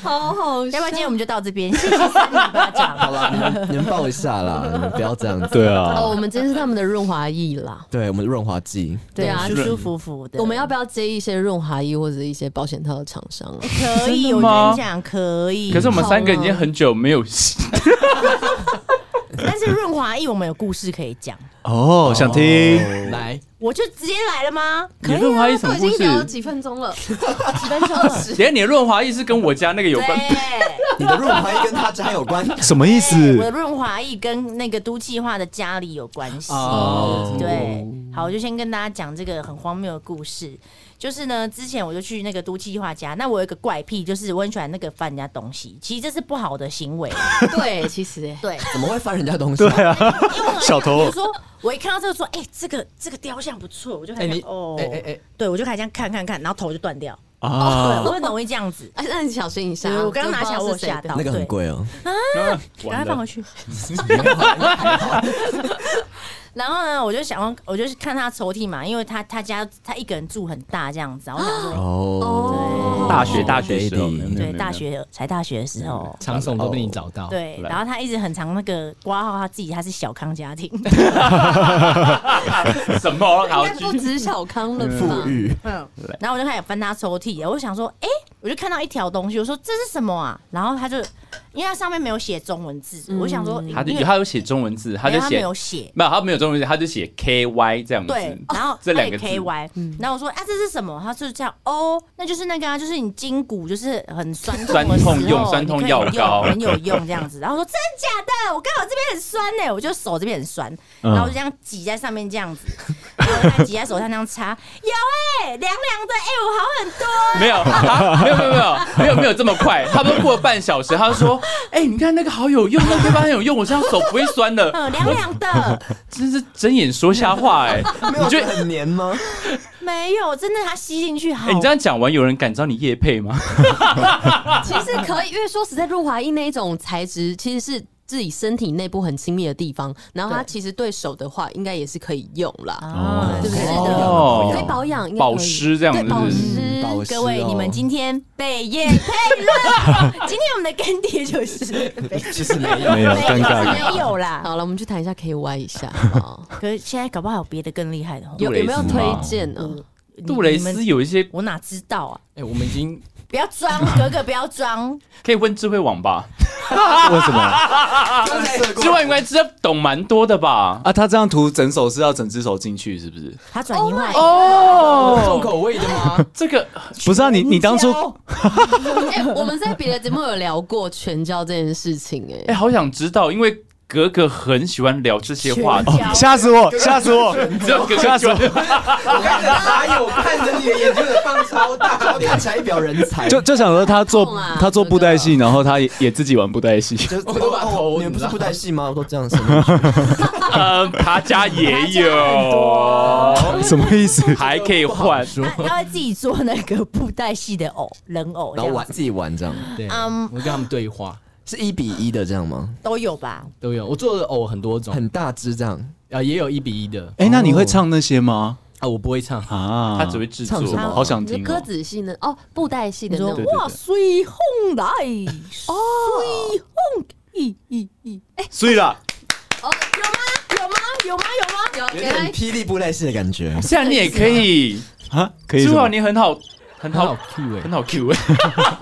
S5: 好好笑，
S1: 要不然今天我们就到这边，谢谢三零巴
S7: 好
S1: 掌。
S7: 啦，你们你们抱一下啦， 你们不要这样子。
S6: 对
S5: 哦，我
S6: 啊，
S5: 们今天是他们的润滑液啦。
S7: 对我们润滑剂，
S5: 对啊，
S1: 舒舒服服的。
S5: 我们要不要接一些润滑液或者一些保险套的厂商啊？
S1: 可以，我
S2: 真的吗
S1: 跟你讲，可以。
S2: 可是我们三个已
S5: 好啊
S2: 经很久没 有
S1: 但是润滑液我们有故事可以讲，
S6: 哦，想听。
S4: 来，
S1: 我就直接来了吗？可
S2: 你
S1: 以
S2: 润
S1: 啊
S2: 滑液什么
S5: 都
S2: 故
S5: 已经聊了
S2: 事？
S5: 几分钟 了，
S2: 等下你的润滑液是跟我家那个有关，
S1: 对，
S7: 你的润滑液跟他家有关。
S6: 什么意
S1: 我的
S6: 思？
S1: 润滑液跟那个都计划的家里有关系。
S4: 哦
S1: 对，好，我就先跟大家讲这个很荒谬的故事。就是呢，之前我就去那个都计划家，那我有一个怪癖，就是我很喜欢那个翻人家东西，其实这是不好的行为。
S4: 哦
S5: 对，其实 欸
S1: 对，
S7: 怎么会翻人家东西、啊？对啊，
S1: 因为我很
S6: 小偷
S1: 比如说我一看到这个说，哎、这个这个雕像不错，我就开
S4: 哎
S1: 始、
S4: 你，
S1: 哦，
S4: 哎哎哎，
S1: 对，我就开始这样看看看，然后头就断掉。
S6: 啊
S1: 对，我很容易这样子。
S5: 啊，那你小心一下啊。
S1: 对我刚刚拿起来
S5: 我
S1: 我吓到
S7: 那个很贵哦、
S1: 赶
S2: 完
S1: 快放
S2: 了
S1: 回 去。然后呢，我就想要，我就是看他抽屉嘛，因为他他家他一个人住很大这样子，然后我
S2: 啊
S1: 想说，
S7: 哦，
S2: 大学大学时候
S7: 对
S2: 没有没有没有
S1: 对，大学才大学的时候。
S4: 长总都被你找到，，
S1: 对，
S2: 来
S1: 然后他一直很常那个挂号，他自己他是小康家 庭，
S2: 什么
S5: 应
S2: 好
S5: 该不
S2: 剧？
S5: 止小康了
S7: 富
S5: 吧？
S7: 裕，
S1: 然后我就开始翻他抽屉，我就想说，哎、我就看到一条东西，我说这是什么啊？然后他就，因为他上面没有写中文字，我想说，
S2: 嗯他就
S1: 因为
S2: 他有写中文字，他就
S1: 没有
S2: 写
S1: 没有写，
S2: 没有他没有中文字，他就写 K Y 这样子
S1: 对，，然后
S2: 这
S1: 他
S2: 两
S1: 也
S2: 个字
S1: K Y，然后我说啊，这是什么？他就这样哦，那就是那个啊，就是你筋骨就是很酸痛的时候，
S2: 酸痛用酸痛药膏
S1: 你可以用很有用这样子。然后我说真的假的？我刚好这边很酸呢、我就手这边很酸，
S2: 嗯
S1: 然后我就这样挤在上面这样子，然后他挤在手上那样擦，有哎、凉凉的哎、我好很多啊、
S2: 没有，啊没有没有没有没有没有这么快，他们过了半小时，他就说：“哎、你看那个好有用，那个地方很有用，我这样手不会酸的。
S1: 嗯，凉凉的，”
S2: 真是睁眼说瞎话哎、
S7: 没有
S2: 你觉得
S7: 很黏吗？
S1: 没有，真的，它吸进去好。
S2: 哎、你这样讲完，有人敢找你叶配吗？
S5: 其实可以，因为说实在，润滑液那一种材质其实是自己身体内部很亲密的地方，然后它
S1: 对
S5: 其实对手的话，应该也是可以用啦，
S1: 啊
S5: 对不对？
S2: 哦
S5: 可以保养，应该可以
S2: 保湿这样
S5: 对
S2: 子
S5: 保
S2: 是
S5: 湿。
S7: 嗯保湿
S1: 各位，
S7: 哦
S1: 你们今天被叶配了。 今天我们的干爹 就是
S7: 其实没有，
S6: 没有
S1: 没有
S6: 尴尬，
S1: 没有啦。
S5: 好了，我们去谈一下 KY 一下，好 不好
S1: 可是现在搞不好有别的更厉害的哦。
S5: 有有没有
S2: 杜蕾斯
S5: 推
S2: 吗
S5: 荐呢？
S1: 你
S2: 杜蕾，
S1: 你
S2: 斯
S1: 们
S2: 有一些
S1: 我哪知道啊？
S4: 哎，我们已经
S1: 不要装，格格不要装。
S2: 可以问智慧网吧，
S6: 为什么啊？
S2: 智慧网应该知道懂蛮多的吧？
S6: 啊他这样涂整手是要整只手进去是不是？
S1: 他转移话题，
S2: Oh 哦，
S4: 重口味的吗？
S2: 这个
S6: 不是啊，你你当初
S5: 哎，我们在别的节目有聊过全交这件事情，
S2: 哎、
S5: 哎，
S2: 好想知道，因为格格很喜欢聊这些话题，
S6: 吓 死我，吓死我，
S2: 只有格格
S6: 吓
S2: 喜
S6: 死
S2: 欢
S6: 我！
S7: 我看着哪有看着你的眼睛的放超大， 超看起来一表人才。
S6: 就就想说他做
S5: 痛啊
S6: 他做布袋戏，然后他也也自己玩布 袋戏。
S7: 就是
S4: 我都把头
S7: 哦你们不是布袋戏吗？我都这 样生。
S2: 呃，他家也有，
S6: 什么 意思？
S2: 还可以换。
S1: 他他会自己做那个布袋戏的偶 人偶，
S7: 然
S1: 这
S7: 后
S1: 样
S7: 玩
S1: 子
S7: 自己玩这样，
S4: 对，
S1: 嗯
S4: 我跟他们对话
S7: 是一比一的这样吗？
S1: 都有吧？
S4: 都有，我做的偶很多种，
S7: 很大只这样，
S4: 啊，也有一比一的
S6: 哎，那你会唱那些吗？
S4: 啊，我不会唱，
S6: 啊，
S2: 他只会制作
S7: 唱什么
S6: 好想
S5: 你是
S6: 听
S5: 歌
S6: 哦。
S5: 仔戏呢？哦，布袋戏的
S1: 你
S5: 那
S1: 说
S5: 种
S6: 对。对
S1: 哇，水红来，水红，咦咦咦，
S6: 所以啦，
S5: 哦，
S1: 有吗？有吗？有吗？
S5: 有吗？有
S7: 有
S5: 原来
S7: 点霹雳布袋戏的感觉。
S2: 这样你也可以，
S6: 啊，可以
S2: 朱
S6: 什
S2: 浩
S6: 么？
S2: 你很好，很
S4: 很好
S2: 好，
S4: Q 哎
S2: 很，好 Q 哎。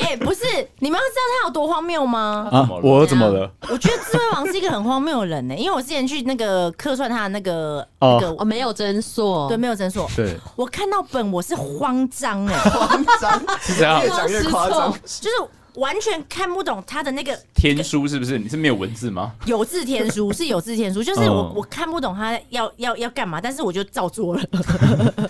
S1: 哎，不是，你们要知道他有多荒谬吗？
S6: 啊，我怎么了？
S1: 我觉得智慧王是一个很荒谬的人呢，因为我之前去那个客串他的那个
S6: 哦
S1: 那个
S5: 哦，没有诊所，
S1: 对，没有诊所。
S6: 对，
S1: 我看到本我是慌张哎，
S7: 夸张，
S2: 是怎样
S5: 对？
S7: 越讲越夸
S5: 失
S7: 张
S5: 措。
S1: 就是完全看不懂他的那个
S2: 天书是不是？你是没有文字吗？
S1: 有字天书，是有字天书，就是我、
S6: 嗯
S1: 我看不懂他要要要干嘛，但是我就照做了。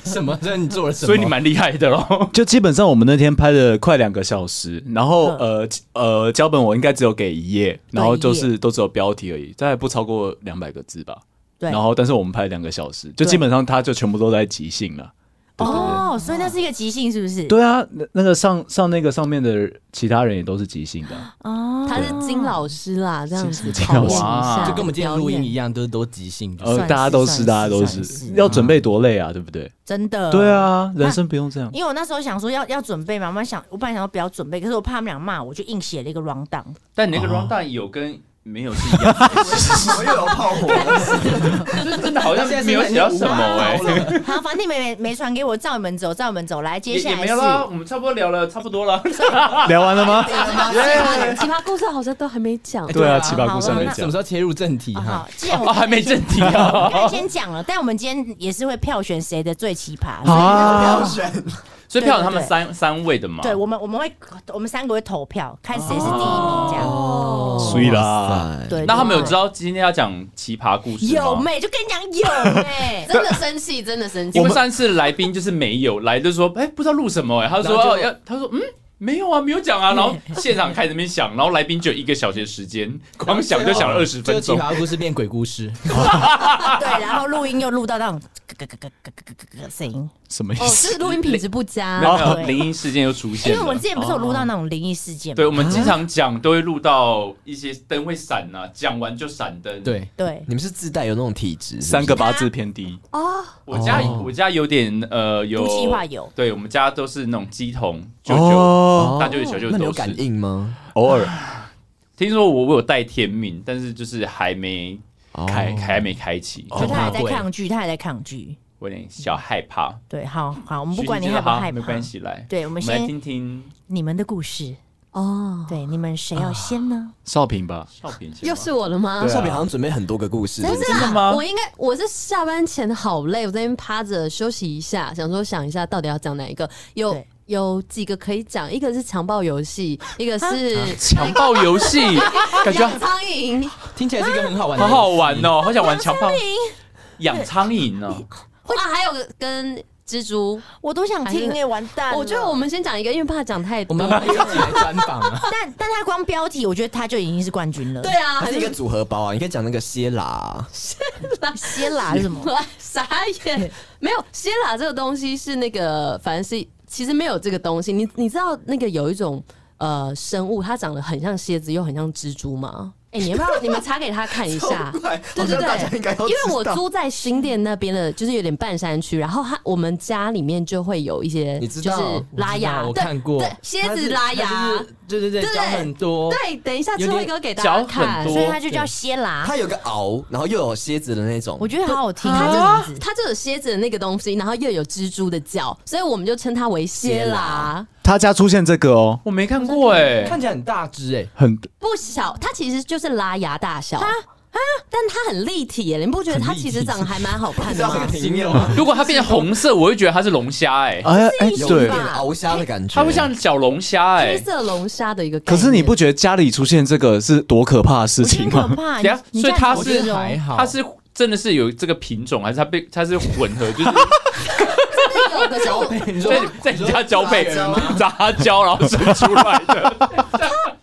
S4: 什么？所以你做了什么？
S2: 所以你蛮厉害的喽。
S6: 就基本上我们那天拍了快两个小时，然后呃呃，脚本我应该只有给一页，然后就是都只有标题而已，大概不超过两百个字吧。
S1: 对
S6: 然后但是我们拍两个小时，就
S1: 对
S6: 基本上它就全部都在即兴了。对对 对，
S1: 哦，哦，所以那是一个即兴，是不是？
S6: 对啊，那那个上上那个上面的其他人也都是即兴的啊，
S1: 哦，
S5: 他是金老师啦，这样子
S6: 金
S5: 考验一
S6: 老师
S5: 下，
S4: 就跟我们今天录音一
S5: 样。
S4: 样，都是都即兴的。
S1: 算
S6: 呃，
S1: 是
S6: 大家都是，
S1: 算
S6: 大家都
S1: 是
S6: 是
S1: 算，是
S6: 要准备多累啊，对不对？
S1: 真的，
S6: 对。啊，人生不用这样。
S1: 因为我那时候想说要要准备嘛，我本来想我本来想说不要准备，可是我怕他们俩骂我，就硬写了一个 round down。
S2: 但你那个
S1: 哦
S2: round down 有跟没有是一样的，
S7: 我又有炮火 了，
S2: 就是 真的好像没有写到什么哎、
S1: 好，反正你们没没传给我，照你们走，照你们走。来，接
S2: 也
S1: 下
S2: 也
S1: 来
S2: 没
S1: 是
S2: 有啦，我们差不多聊了，差不多 了。
S6: 聊完了吗？
S5: 奇葩故事好像都还没讲，
S6: 哎对啊，奇葩故事
S1: 好
S6: 还没
S1: 那
S4: 什
S6: 讲
S4: 么时。候切入正题
S1: 哦
S4: 哈
S1: 好？，既然
S2: 哦，
S1: 我
S2: 还没正题啊，
S1: 刚才先讲了，但我们今天也是会票选谁的最奇葩。所以
S6: 啊，
S7: 选
S2: 所以票他们三三位的嘛。
S1: 对我们，我们会我们三个会投票，看谁是第一名这样。
S5: 哦，。
S6: 所以
S1: 啊
S6: 啦，
S1: 对，
S2: 那他们有
S1: 对
S2: 知道今天要讲奇葩故事吗？
S1: 有妹，就跟你讲有妹
S5: 真的生气，真的生气
S2: 因为。上次来宾就是没有来，就说哎、不知道录什么哎、他就说
S4: 然后
S2: 哦
S4: 就
S2: 要，他说嗯没有啊，没有讲啊，然后现场开始那边想，然后来宾就有一个小时的时间，光想就想了二十分
S4: 这个
S2: 钟
S4: 奇，葩故事变鬼故事，
S1: 对，然后录音又录到那种咯咯咯咯咯咯咯咯声音，
S6: 什么意
S5: 哦，
S6: 思？
S5: 是录音品质不佳
S2: 没，有没有
S1: 对
S2: 灵异事件又出
S1: 因
S2: 现
S1: 为我们
S2: 了
S1: 之。前不是有录到那种灵异事件吗？
S2: 对，我们经常讲都会录到一些灯会闪呐、讲完就闪灯。，
S4: 对，
S1: 对
S7: 你们是自带有那种体质，
S6: 三个八字偏低，
S2: 我家、
S4: 哦
S2: 我家有点呃有
S1: 毒气化油
S2: 对我们家都是那种鸡同舅舅、
S6: 哦，
S2: 大舅舅小舅舅
S7: 那你有
S2: 都
S7: 感
S2: 是。
S7: 应吗？
S6: 偶尔
S2: 听说我我有带天命，但是就是还没开，还没开启，
S1: 就他还在
S4: 哦
S1: 抗拒，他还在抗拒。
S2: 我有点小害怕。
S1: 对，好好，我们
S2: 徐
S1: 不管
S2: 静
S1: 你
S2: 就
S1: 害不
S2: 好
S1: 害怕，
S2: 没关。系，来，
S1: 对我
S2: 我
S1: 们
S2: 们来
S1: 先
S2: 听听
S1: 你们的故事，
S5: 哦，
S1: 对，你们谁要先呢？
S6: 少平吧，
S2: 少平先吧。
S5: 又是我了吗？
S7: 少平好像准备很多个故事，真的
S2: 真的啊 吗？
S5: 我应该我是下班前好累，我在那边趴着休息一下，想说想一下到底要讲哪一个，有
S1: 对
S5: 有几个可以讲，一个是强暴游戏，一个是
S2: 强暴游 戏，啊感觉
S5: 养苍蝇，
S4: 听起来是一个很好玩的
S2: 好
S4: 游
S2: 好
S4: 戏，
S2: 玩 哦，好想玩强暴养苍蝇哦。
S5: 啊，还有个跟蜘蛛。
S1: 我都想听哎，完蛋了！，
S5: 我觉得我们先讲一个，因为怕讲太
S4: 我
S5: 多。
S4: 们要不要一起来专访啊
S1: 但但他光标题，我觉得他就已经是冠军了。
S5: 对，啊，
S7: 还
S5: 还
S7: 是
S5: 是
S7: 一个组合包啊，你可以讲那个蝎啊啦，
S1: 先啦是什么？
S5: 傻眼， 没有蝎啦这个东西是那个，反正是其实没有这个东西。你你知道那个有一种呃生物，它长得很像蝎子又很像蜘蛛吗？哎、你要不要 你们查给他看一下？啊 对
S7: 对
S5: 对
S7: 大家应该
S5: 对，
S7: 都
S5: 因为我啊
S7: 知道
S5: 租在新店那边的，就是有点半山区，然后它我们家里面就会有一些，
S7: 你
S5: 就
S7: 知
S5: 是
S7: 道
S5: 拉牙，
S4: 我
S5: 对
S4: 看过
S5: 对，蝎子拉
S4: 它
S5: 牙
S4: 是，对对对，
S5: 对
S4: 教很多，
S5: 对，等一下
S4: 有
S5: 智慧
S4: 点
S5: 哥给大
S2: 嚼
S5: 家
S2: 很
S5: 看，
S2: 多
S1: 所以他就叫先啦
S7: 它。有个螯，然后又有蝎子的那种，
S1: 我觉得好好听，啊
S5: 它
S6: 啊
S1: 这
S5: 就
S1: 名字
S5: 它就有蝎子的那个东西，然后又有蜘蛛的脚，所以我们就称它为蝎啦。
S6: 他家出现这个哦，
S2: 我没看过哎，
S4: 看起来很大只哎，
S6: 很
S5: 不小，它其实就是拉牙大小啊但它很立体耶，你不觉得它其实长得还蛮好 看的吗？
S7: 经验吗？
S2: 如果它变成红色，我会觉得它是龙虾哎，
S1: 啊
S6: 哎哎
S5: 一种
S6: 对
S7: 有点，鳌虾的感觉，
S2: 它会像小龙虾哎
S5: 黑。色龙虾的一个概
S6: 可
S5: 念，
S6: 是你不觉得家里出现这个是多可怕的事
S1: 我觉
S6: 情
S1: 得很
S6: 吗
S1: 可？怕。
S2: 等下，
S1: 你
S2: 所以它
S4: 我觉
S2: 是
S4: 得还好
S2: 它是真的是有这个品种，还是它被它是混合，就是
S5: 有的时候
S4: 你说
S2: 在在你家交配
S4: 你说杂交
S2: 杂交然
S4: 吗
S2: 后生出来 的？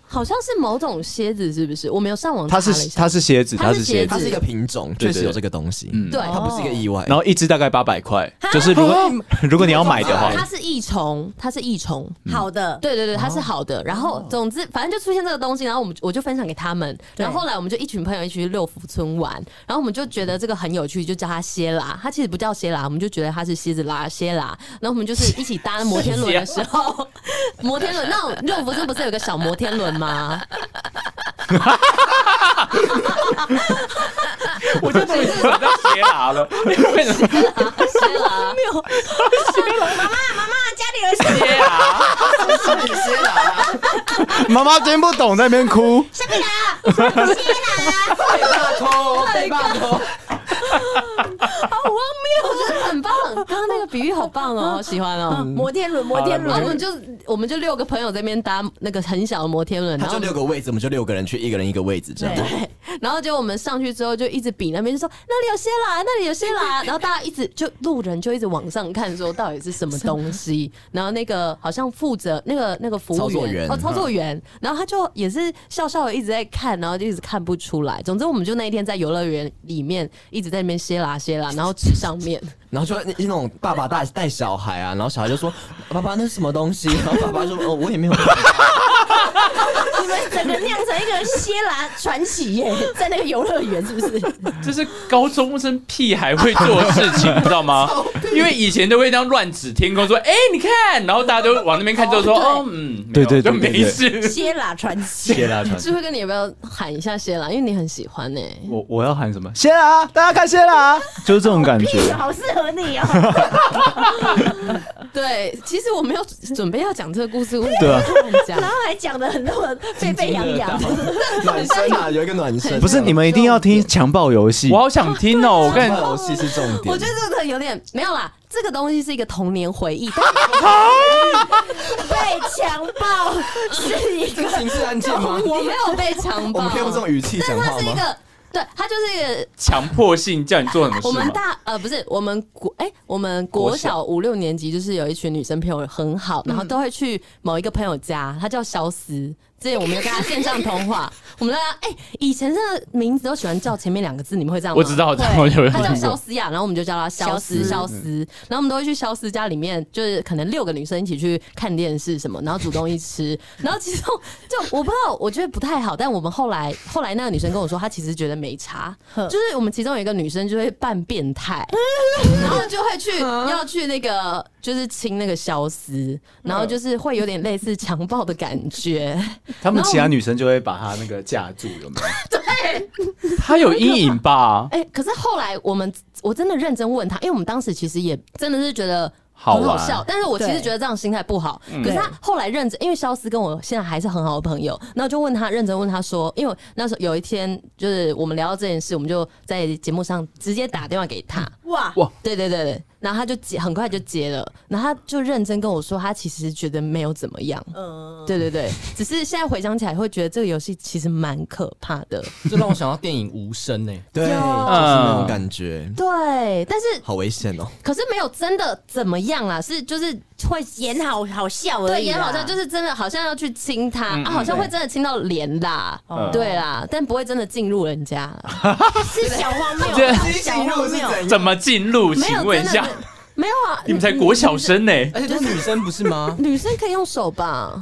S5: 好像是某种蝎子，是不是？我没有上网查
S6: 它
S5: 了一
S6: 是
S5: 下，
S6: 它是蝎子，
S5: 它
S6: 它
S5: 是
S6: 是
S5: 蝎
S6: 蝎
S5: 子
S6: 子，
S7: 它是一个品种，
S6: 对
S7: 确
S6: 对
S7: 实有这个东西，
S6: 嗯
S5: 对，
S7: 它不是一个意外。
S6: 然后一只大概八百块，就是如果
S5: 啊
S6: 如果你要买的话，
S5: 它是益虫，它是益虫。
S1: 好的，
S5: 对对对，它是好的。然后总之，反正就出现这个东西，然后我们我就分享给他们。
S1: 对
S5: 然后后来我们就一群朋友一起去六福村玩，然后我们就觉得这个很有趣，就叫它蝎啦。它其实不叫蝎啦，我们就觉得它是蝎子啦、蝎啦。然后我们就是一起搭摩天轮的时候，摩天轮那种六福村不是有个小摩天轮吗？
S2: 我就懂你怎么叫斜喇了， 因为什么
S5: 蝎啦，
S2: 斜喇？
S6: 妈妈听不懂在那边哭，
S4: 太棒了，
S5: 好荒谬！啊我觉得很棒，刚刚那个比喻好棒哦，喜欢哦。
S1: 摩天轮，摩天
S5: 然后我
S1: 轮，
S5: 们就我们就六个朋友在那边搭那个很小的摩天轮，
S7: 它
S5: 然后
S7: 就
S5: 我们
S7: 六个位置，我们就六个人去，一个人一个位置这样。
S1: 对
S5: 然后结果我们上去之后就一直比那边，就说那里有些啦，那里有些啦，然后大家一直就路人就一直往上看，说到底是什么东西。然后那个好像负责那个那个服
S7: 操
S5: 务
S7: 作
S5: 员
S7: 员
S5: 哦，操作员，然后他就也是笑笑的一直在看，然后就一直看不出来。总之，我们就那一天在游乐园里面一直在那边歇啦歇啦，然后指上 面。
S7: 然后就那那种爸爸带带小孩啊，然后小孩就说：“爸爸，那是什么东西？” 然后爸爸说：“哦，我也没有。
S8: 你们整个酿成一个谢拉传奇 耶，在那个游乐园是不是？
S2: 这是高中生屁孩会做的事情，你知道吗？因为以前都会这样乱指天空说：“哎、你看。”然后大家都往那边看，就说：“哦，嗯，没有
S6: 对对
S2: 就
S6: 对对
S2: 没事。
S8: 谢拉传奇，
S6: 谢啦，传
S5: 智慧哥，你要不要喊一下谢啦？因为你很喜欢欸呢、
S6: 我我要喊什么？谢啦，大家看谢啦，就是这种感觉。
S5: 啊
S8: 好适合你哦。
S5: 对，其实我没有准备要讲这个故事，我
S6: 对啊
S5: 突 然讲
S8: 然后还讲的很那么沸沸扬 扬，
S7: 暖身啊，有一个暖身。
S6: 不是你们一定要听强暴游戏
S2: 我，好想听哦！我
S7: 看
S2: 看
S7: 游戏是重点。
S5: 我觉得这个有点没有啦，这个东西是一个童年回忆，但
S8: 被强暴是一个
S7: 刑事案件吗？
S5: 我没有被强
S7: 我
S5: 暴
S7: 们可以用这种语气讲
S5: 它
S7: 话
S5: 是一
S7: 吗？
S5: 个，对，它就是一个
S2: 强迫性叫你做什么
S5: 我
S2: 事
S5: 们
S2: 吗？
S5: 大呃不是我们国哎、我们国小五六年级就是有一群女生朋友很
S7: 嗯
S5: 好，然后都会去某一个朋友家，她叫肖思。之前我们有跟她线上 通话，我们大家哎、以前这个名字都喜欢叫前面两个字，你们会这样吗？
S2: 我知道，我知道，
S5: 会
S2: 我有
S5: 她叫
S2: 听
S5: 肖
S2: 过。嗯
S5: 思雅，然后我们就叫她肖思肖思，然后我们都会去肖思家里面，就是可能六个女生一起去看电视什么，然后煮东 西吃，然后其中就我不知道，我觉得不太好，但我们后来 后来那个女生跟我说，她其实觉得没差，就是我们其中有一个女生就会扮变态，然后就会去要去那个就是亲那个肖思，然
S2: 嗯
S5: 后就是会有点类似强暴的感觉，
S6: 他们其他女生就会把他那个架住，有没有？
S2: 他有阴影吧？
S5: 哎、可是后来我们我真的认真问他，因为我们当时其实也真的是觉得。
S6: 好
S5: 很
S6: 玩
S5: 好笑，但是我其实
S8: 对
S5: 觉得这样心态不好。可是他后来认真，因为肖思跟我现在还是很好的朋友，那我就问他认真问他说，因为我那时候有一天就是我们聊到这件事，我们就在节目上直接打电话给他，
S8: 哇，
S5: 对对对对，然后他就接，很快就接了，然后他就认真跟我说，他其实觉得没有怎么样，
S8: 嗯，
S5: 对对对，只是现在回想起来会觉得这个游戏其实蛮可怕的，
S4: 这让我想到电影《无声》欸 呢。
S7: 对，就是那种感觉，
S5: 对，但是
S7: 好危险哦。
S5: 可是没有真的怎么样啦，是就是会
S8: 演好好笑
S1: 啊
S8: 而已啦，
S5: 对演好像就是真的好像要去亲他、啊，好像会真的亲到脸啦，
S2: 嗯
S5: 对啦，但不会真的进入人家啦，
S8: 是小荒谬
S2: 这
S8: 啦，小荒谬，
S2: 怎么进入？
S5: 没
S2: 请
S5: 有
S2: 问一
S5: 真的
S2: 下，
S5: 没有啊，
S2: 你们才国小生呢、
S4: 而且都哎是女生不是 吗？
S5: 女生可以用手吧？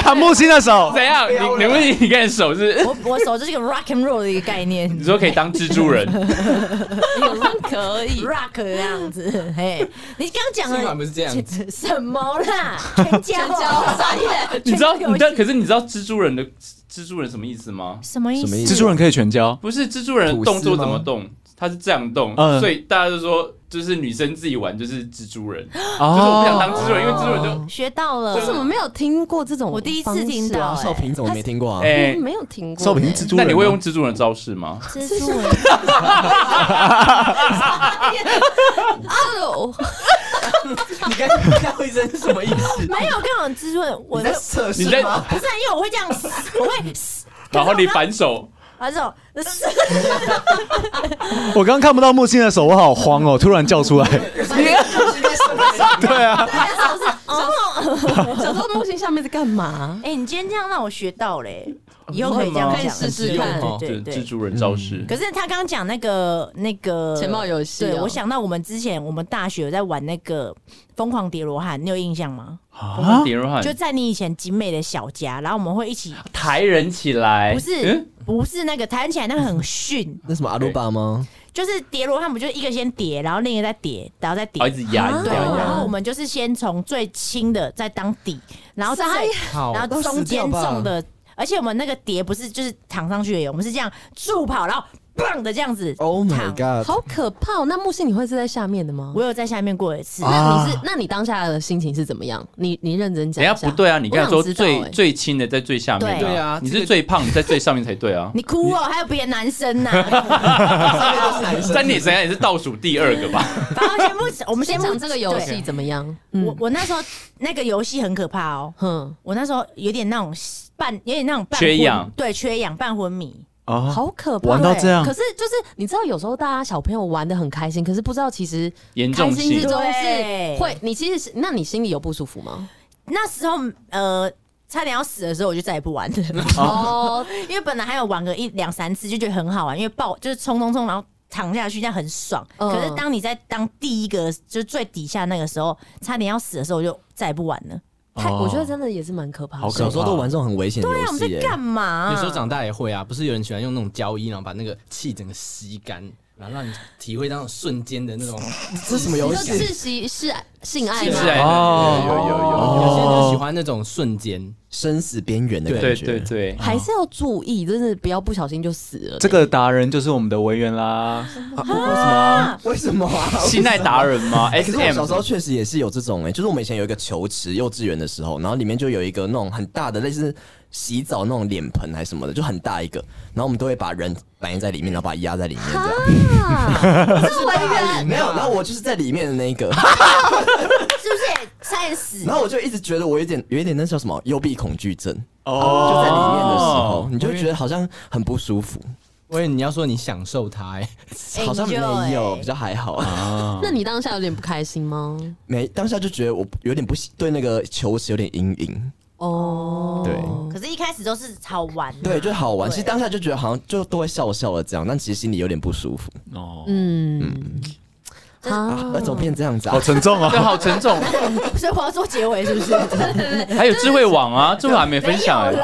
S6: 弹木星 的手，
S2: 怎样？你你问你看手是？
S8: 我我手就是一个 rock and roll 的一个概念
S2: 你说可以当蜘蛛人？
S5: 可 以，
S8: ，rock 这样子，嘿，你刚讲
S4: 今晚不
S8: 了
S4: 是这样 子，
S8: 什么啦？全家
S5: 交
S8: 专业，
S2: 你知道？
S8: 全部
S2: 你
S8: 有
S2: 知道？可是你知道蜘蛛人的蜘蛛人什么意思吗？
S1: 什么意
S7: 什
S1: 思
S7: 么？意思？
S6: 蜘蛛人可以全交。
S2: 不是蜘蛛人的动作怎么动？他是这样动，
S6: 嗯
S2: 所以大家就说，就是女生自己玩就是蜘蛛人，就是我不想当
S6: 哦，
S2: 蜘蛛人，因为蜘蛛人就
S1: 学到了
S5: 为，什么没有听过这种？
S1: 我第一次听到、 欸
S7: 少平怎么没听过啊？
S5: 哎，
S2: 哎
S5: 我，没有听过呢。
S6: 少平蜘蛛
S2: 那
S6: 人，
S2: 你会用？蜘蛛人的啊招式 吗？
S1: 蜘蛛人，
S5: 哦，
S4: 你刚 刚叫一声是什么意思？
S1: 没有跟我蜘蛛人，我
S7: 你在测
S2: 你
S7: 试
S2: 在，
S7: 吗？
S8: 不是啊，因为我会这样死，我会死，
S2: 然后你反 手，
S8: 啊这种死
S6: 我刚刚看不到木星的手，我好慌哦！突然叫出来，对啊，
S5: 哦小时候木星下面在干嘛？
S8: 哦哎、你今天这样让我学到嘞、以后可以这样
S2: 会
S8: 讲，
S2: 吗
S5: 哦可以试试
S8: 对
S5: 看
S2: 就
S8: 对
S2: 是
S8: 对对
S2: 蜘。蛛人招式。
S8: 可是他刚刚讲那个那个
S5: 钱包游戏哦
S8: 对我想到我们之前我们大学有在玩那个《疯狂叠罗汉》，你有印象吗？
S2: 啊，点入汉
S8: 就在你以前景美的小家，然后我们会一起，
S2: 抬人起来，
S8: 不是、
S2: 嗯
S8: 不是那个弹起来那个很逊，
S7: 那什么阿鲁巴吗？
S8: 就是叠罗汉不就是一个先叠，然后另一个再叠，然后再叠。
S2: 哦，一直压一直
S8: 对，
S2: 压
S5: 啊
S2: 一直
S8: 然
S2: 压。
S8: 后我们就是先从最轻的再当底，然后再
S5: 傻眼
S4: 好
S8: 然后中间重的，而且我们那个碟不是就是躺上去而已，我们是这样助跑，然后
S1: 棒的这样子。
S7: Oh my
S1: 躺
S7: god！
S5: 好可怕、哦！那木星你会是在下面的吗？
S1: 我有在下面过一次，
S7: 啊
S5: 那你是，那你当下的心情是怎么样？你你认真
S2: 等
S5: 讲一
S2: 一
S5: 下。
S2: 下不对啊，你
S5: 我
S2: 刚才
S5: 想
S2: 说
S5: 知道
S2: 最
S5: 欸
S2: 最轻的在最下面，
S1: 对
S4: 对啊
S2: 你
S4: 这
S2: 是
S4: 个
S2: 最胖，你在最上面才对啊。
S1: 你哭哦，还有别的男生 呐、
S2: 在你身上也是倒数第二个 吧？
S1: 然后先不，我们先
S5: 先
S1: 不
S5: 讲这个游戏怎么样？
S1: 对
S5: 嗯
S1: 我我那时候那个游戏很可怕哦，
S5: 哼，
S1: 我那时候有点那种半，有点那种半
S2: 缺
S1: 昏
S2: 氧
S1: 对，缺氧半昏迷。
S6: 啊，
S5: 好可怕！欸
S6: 玩到这样
S5: 可，是就是你知道，有时候大家小朋友玩的很开心，可是不知道其实
S2: 严
S5: 开
S2: 重
S5: 心之
S2: 性
S5: 中是
S1: 对
S5: 会，你其实是那你心里有不舒服吗？
S1: 那时候呃，差点要死的时候，我就再也不玩了，
S5: 哦，
S1: 因为本来还有玩个一两三次，就觉得很好玩，因为爆就是冲冲冲，然后。躺下去，这样很爽。
S5: 嗯
S1: 可是当你在当第一个，就是最底下那个时候，差点要死的时候，我就再也不玩了。
S5: 太我觉得
S6: 哦
S5: 真的也是蛮可怕
S6: 好
S5: 的。
S6: 可怕
S7: 小时候都玩这种很危险的
S1: 对啊，我
S7: 游
S1: 们
S7: 戏
S1: 在
S7: 耶，
S1: 干嘛啊、
S4: 有时候长大也会啊，不是有人喜欢用那种胶衣，然后把那个气整个吸干，然后让你体会到那种瞬间的那种。
S7: 这什么游
S5: 你说
S7: 戏？
S5: 窒息是性爱
S2: 是
S5: 吗？
S2: 啊，
S6: 哦
S2: 有有有有有，
S4: 有些人就喜欢那种瞬间，
S7: 生死边缘的感
S2: 对
S7: 觉。
S2: 对对，
S5: 还是要注意，真的不要不小心就死了。
S6: 这个达人就是我们的维园啦。
S7: 啊为什么啊？为什么啊？
S2: 性爱达人吗
S7: 可是我
S2: ？SM
S7: 小时候确实也是有这种哎、就是我们以前有一个球池，幼稚园的时候，然后里面就有一个那种很大的类似洗澡那种脸盆还是什么的，就很大一个，然后我们都会把人埋在里面，然后把它压在里面这样。
S5: 是维园
S7: 没有，然后我就是在里面的那一个，
S1: 是不是也差点死？
S7: 然后我就一直觉得我有点有一点那叫什么幽闭恐惧症，
S6: 哦，
S7: 就在里面的时候，你就会觉得好像很不舒服，
S4: 我以为你要说你享受它、欸，
S7: 好像没有，
S1: Enjoy
S7: 比较还好。
S5: 那你当下有点不开心吗？
S7: 没当下就觉得我有点不喜对那个球池有点阴影，
S5: 哦，
S7: 对。
S1: 可是一开始都是好玩啊、
S7: 对，就好玩。其实
S1: 对
S7: 当下就觉得好像就都会笑笑的这样，但其实心里有点不舒服。
S5: 嗯，啊，
S7: 那、怎么变这样子啊
S6: 好？沉重
S2: 对，
S6: 啊！
S2: 好沉重。
S1: 所以我要做结尾，是不是？
S2: 还有智慧网啊，智慧网还没分享哎，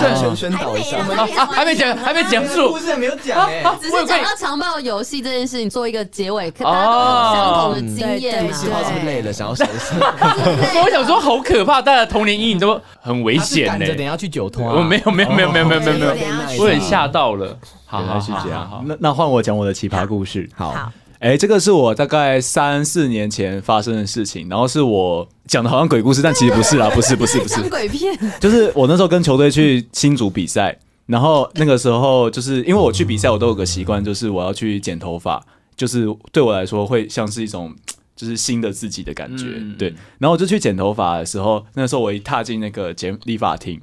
S7: 正宣宣导一
S1: 还
S7: 下
S1: 没，
S2: 啊啊， 还没讲，还没讲 述。
S4: 事没有讲哎、
S5: 只
S2: 我
S5: 是
S2: 有跟
S5: 讲
S2: 你
S5: 到长报游戏这件事情做一个结尾，可大家都有相同的经验啊嘛
S1: 哦。
S7: 喜好是不是累了，想要休 息。
S2: 所以我想说，好可怕，大家的童年阴影都很危
S4: 他是
S2: 险
S4: 赶
S2: 呢
S4: 着。等一下去酒托、啊，
S2: 我没有没有没有没有没有没有没有
S1: 哦有，点要去
S2: 我很吓到了。好
S6: 原
S2: 好
S6: 来是
S2: 好
S6: 这
S2: 好
S6: 样
S2: 好，。
S6: 那那换我讲我的奇葩故事。
S1: 好，
S6: 哎，这个是我大概三四年前发生的事情，然后是我讲的好像鬼故事，但其实不是啦，不是不是不是
S5: 讲，鬼片，
S6: 就是我那时候跟球队去新竹比赛，然后那个时候就是因为我去比赛，我都有个习惯，就是我要去剪头发，就是对我来说会像是一种就是新的自己的感觉，
S2: 嗯
S6: 对。然后我就去剪头发的时候，那时候我一踏进那个剪理发厅，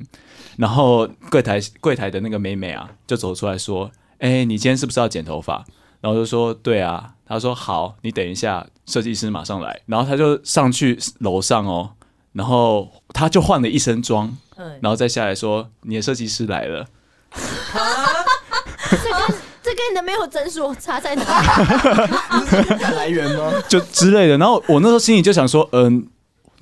S6: 然后柜台柜台的那个妹妹啊，就走出来说：“哎、你今天是不是要剪头发？”然后我就说：“对啊。”她说：“好，你等一下，设计师马上来。”然后她就上去楼上哦，然后她就换了一身妆，
S1: 嗯，
S6: 然后再下来说你的设计师来了。
S8: 这跟你的没有诊所差在哪里？
S7: 来源吗？
S6: 就之类的。然后我那时候心里就想说，嗯、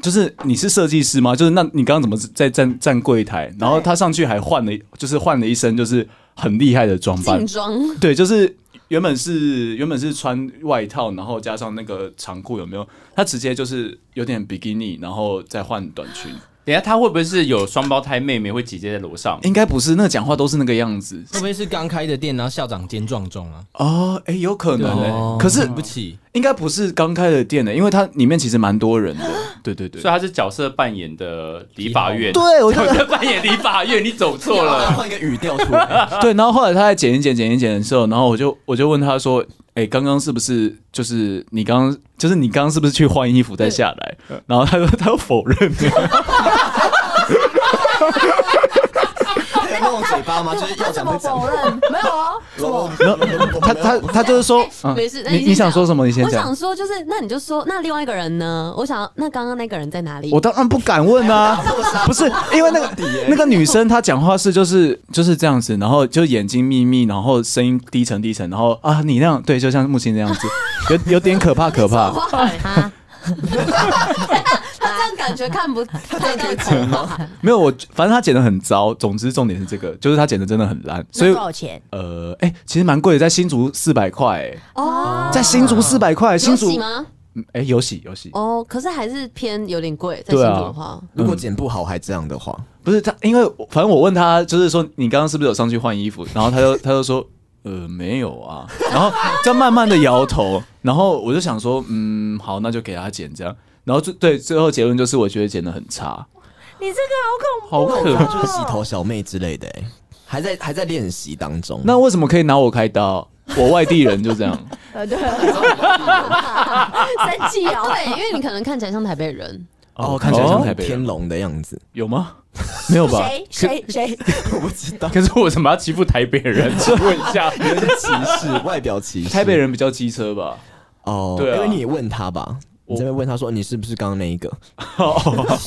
S6: 就是你是设计师吗？就是那你刚刚怎么在站站柜台？然后他上去还换了，就是换了一身就是很厉害的装扮
S5: 劲，装，
S6: 对，就是。原本是原本是穿外套，然后加上那个长裤，有没有？他直接就是有点比基尼，然后再换短裙。
S2: 等一下他会不会是有双胞胎妹妹会姐姐在楼上？
S6: 应该不是，那讲话都是那个样子
S4: 会不会是刚开的店，然后校长兼撞钟啊？
S6: 哦。哎、有可能哎、可是
S4: 对不 起，
S6: 应该不是刚开的店的、因为它里面其实蛮多人的。对对对
S2: 所以，他是角色扮演的理法院，
S6: 对我觉 啊
S2: 角
S6: 得
S2: 色扮演理法院，你走错 了。
S7: 换一个语调出来。
S6: 对，然后后来他在剪一剪、剪一剪的时候，然后我就我就问他说：“哎、刚刚是不是就是你刚刚就是你刚刚是不是去换衣服再下来？”然后他说他否认了，
S7: 还有那种嘴巴吗？就是要
S8: 怎
S7: 讲
S8: 么
S7: 不讲
S8: 否。认？没有哦，
S6: 然后 他他他就是说，嗯
S5: 没事。那
S6: 你
S5: 先
S6: 你想说什么？你先
S5: 我
S6: 讲
S5: 想。说就是，那你就说，那另外一个人呢？我想，那刚刚那个人在哪里？
S6: 我当然不敢问 啊，不是因为那 个那个女生她讲话是就是就是这样子，然后就眼睛眯眯，然后声音低沉低沉，然后啊你那样对，就像木星那样 子，有有点可怕可 怕。
S1: 啊，
S5: 他这样感觉看 不太到头发。
S6: 没有，我反正他剪的很糟。总之，重点是这个，就是他剪的真的很烂，所
S1: 那
S6: 以
S1: 多少钱？
S6: 呃，哎、其实蛮贵的，在新竹四百块，哎
S5: 哦，
S6: 在新竹四百块，新
S5: 有
S6: 竹
S5: 洗吗？
S6: 嗯哎有洗有洗，
S5: 哦，可是还是偏有点贵，在新竹的话。
S7: 如果剪不好还这样的话，
S6: 不是他，因为我反正我问他，就是说你刚刚是不是有上去换衣服，然后他就他就说呃，没有啊。然后这样慢慢的摇头，然后我就想说，嗯，好，那就给他剪这样。然后最对最后结论就是，我觉得剪的很差，
S8: 你这个
S6: 好可怕。
S7: 就是洗头小妹之类的、欸，还在还在练习当中。
S6: 那为什么可以拿我开刀？我外地人就这样，
S8: 好恐怖，呃，对，生气哦，
S5: 对，因为你可能看起来像台北人，
S7: 哦，看起来像台北
S6: 哦
S7: 人天龙的样子，
S6: 有吗？ 没有吧？
S8: 谁谁谁，
S2: 可是我怎么要欺负台北 人？请问一下，
S7: 有点歧视，外表歧视。
S6: 台北人比较机车吧？
S7: 哦，
S6: 对啊
S7: 因为你也问他吧，你这边问他说你是不是刚刚那一个？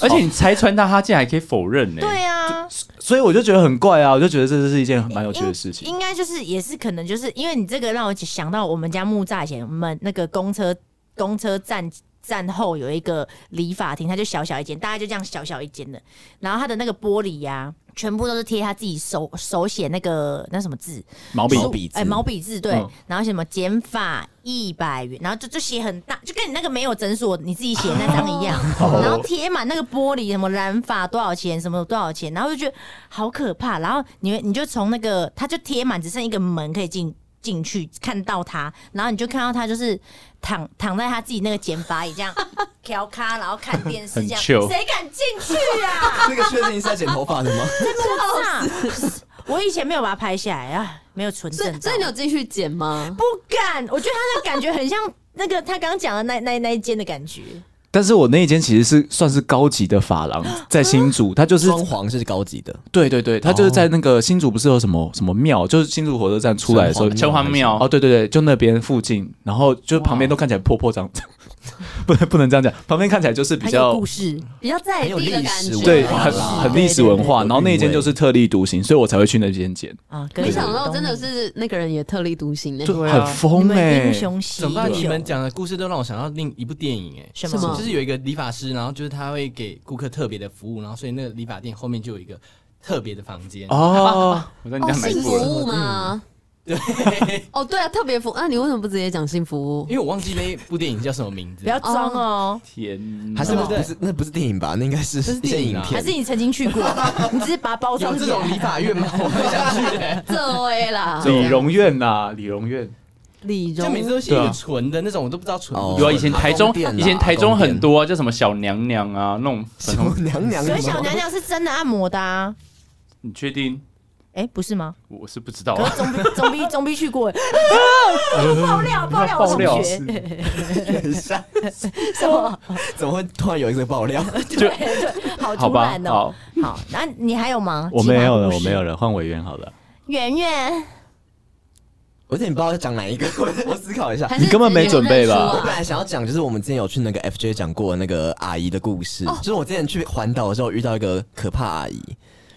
S2: 而且你拆穿他，他竟然还可以否认呢、
S1: 对啊，
S6: 所以我就觉得很怪啊，我就觉得这是一件蛮有
S1: 嗯
S6: 趣的事情。
S1: 应该就是也是可能就是因为你这个让我想到我们家木栅以前我们那个公车公车站。站后有一个理发厅，它就小小一间，大概就这样小小一间的。然后它的那个玻璃呀、全部都是贴他自己手手写那个那什么字，
S6: 毛笔
S1: 书
S7: 笔字
S1: 哎，毛笔字对。
S6: 嗯
S1: 然后什么减法一百元，然后就就写很大，就跟你那个没有诊所你自己写的那张一样。
S6: 哦
S1: 然后贴满那个玻璃，什么染发多少钱，什么多少钱，然后就觉得好可怕。然后你你就从那个，它就贴满，只剩一个门可以进进去看到他，然后你就看到他就是躺躺在他自己那个剪发椅这样 调咖，然后看电视这样，
S2: chill
S1: 谁敢进去啊？
S7: 那个确定是在剪头发的吗？
S1: 我以前没有把它拍下来啊，没有存
S5: 所
S1: 证
S5: 以
S1: 照
S5: 所以，你有继续剪吗？
S1: 不敢。我觉得他的感觉很像那个他刚刚讲的那那那一间的感觉，
S6: 但是我那一间其实是算是高级的发廊，在新竹，它就是
S7: 装潢是高级的，
S6: 对对对，它就是在那个新竹不是有什么什么庙，就是新竹火车站出来的时候，
S2: 城隍庙
S6: 哦，对对对，就那边附近，然后就旁边都看起来破破张张， 不能不能这样讲，旁边看起来就是比
S1: 很有
S6: 较
S1: 故事。
S5: 比较在地的感
S7: 很有历史
S5: 觉，
S7: 文化
S6: 对
S7: 对
S6: 很
S7: 啦
S6: 很历史文化，
S7: 对对对
S6: 然后那一间就是特立独行，所以我才会去那间剪，
S1: 啊，
S5: 没想到真的是那个人也特立独行呢。
S6: 就
S2: 对啊
S6: 很
S1: 你
S6: 疯
S1: 们
S6: 哎
S1: 英，雄惜
S4: 怎么办？
S1: 英
S4: 你们
S1: 雄，
S4: 讲的故事都让我想到另一部电影、哎，
S1: 什
S5: 么什么
S4: 就是有一个理发师，然后就是他会给顾客特别的服务，然后所以那个理发店后面就有一个特别的房间。
S6: 哦，
S2: 我在你
S5: 哦，
S2: 家买
S5: 性服
S2: 过了。
S5: 务吗？ 对，哦，对啊，特别服务。那、你为什么不直接讲性服务
S4: 因？为我忘记那部电影叫什么名字，
S1: 不要装哦，
S2: 天哪，
S7: 还是
S4: 对
S7: 不
S4: 对对
S7: 是那不是电影吧？那应该是
S4: 是
S7: 一些
S4: 电影
S7: 影
S4: 啊
S1: 还
S7: 片
S1: 是。你曾经去过， 你只是把它包
S4: 有
S1: 装
S4: 这
S1: 起
S4: 种 理
S1: 来。
S4: 发院吗？我很想去、哎
S5: 这位 啦，
S6: 李荣苑呐，李荣苑，
S5: 李
S4: 就
S5: 荣
S4: 每次都写
S6: 对啊
S4: 一个纯的那种，我都不知道纯
S7: 哦
S4: 不
S2: 有啊，
S4: 纯。
S2: 以前台中
S7: 宫殿，啦
S2: 以前台中很多啊，叫什么小娘娘啊，那种粉
S7: 什么
S2: 红。
S7: 娘娘？
S1: 所以小娘娘是真的按摩的啊，
S2: 你确定？
S1: 哎，不是 吗？
S2: 我是不知道
S1: 可
S2: 啊
S1: 是。总比总比总比去过， 爆料爆料，我同
S2: 爆料
S1: 学
S7: 娘
S1: 什么？
S7: 怎么会突然有一个爆料？
S2: 就
S1: 好
S2: 好
S1: 突
S2: 吧
S1: 然，哦。
S2: 好，
S1: 好，那你还有吗？
S6: 我没有了，
S1: 其他故事
S6: 我没有。了，换委员好了，
S1: 圆圆，
S7: 我有点不知道要讲哪一个， 我我思考一下。
S5: 还是
S6: 你根本没准备
S5: 直接
S6: 吧
S5: 认输
S7: 我
S5: 啊
S7: 本来想要讲，就是我们之前有去那个 FJ 讲过那个阿姨的故事，就是我之前去环岛的时候遇到一个可怕阿姨。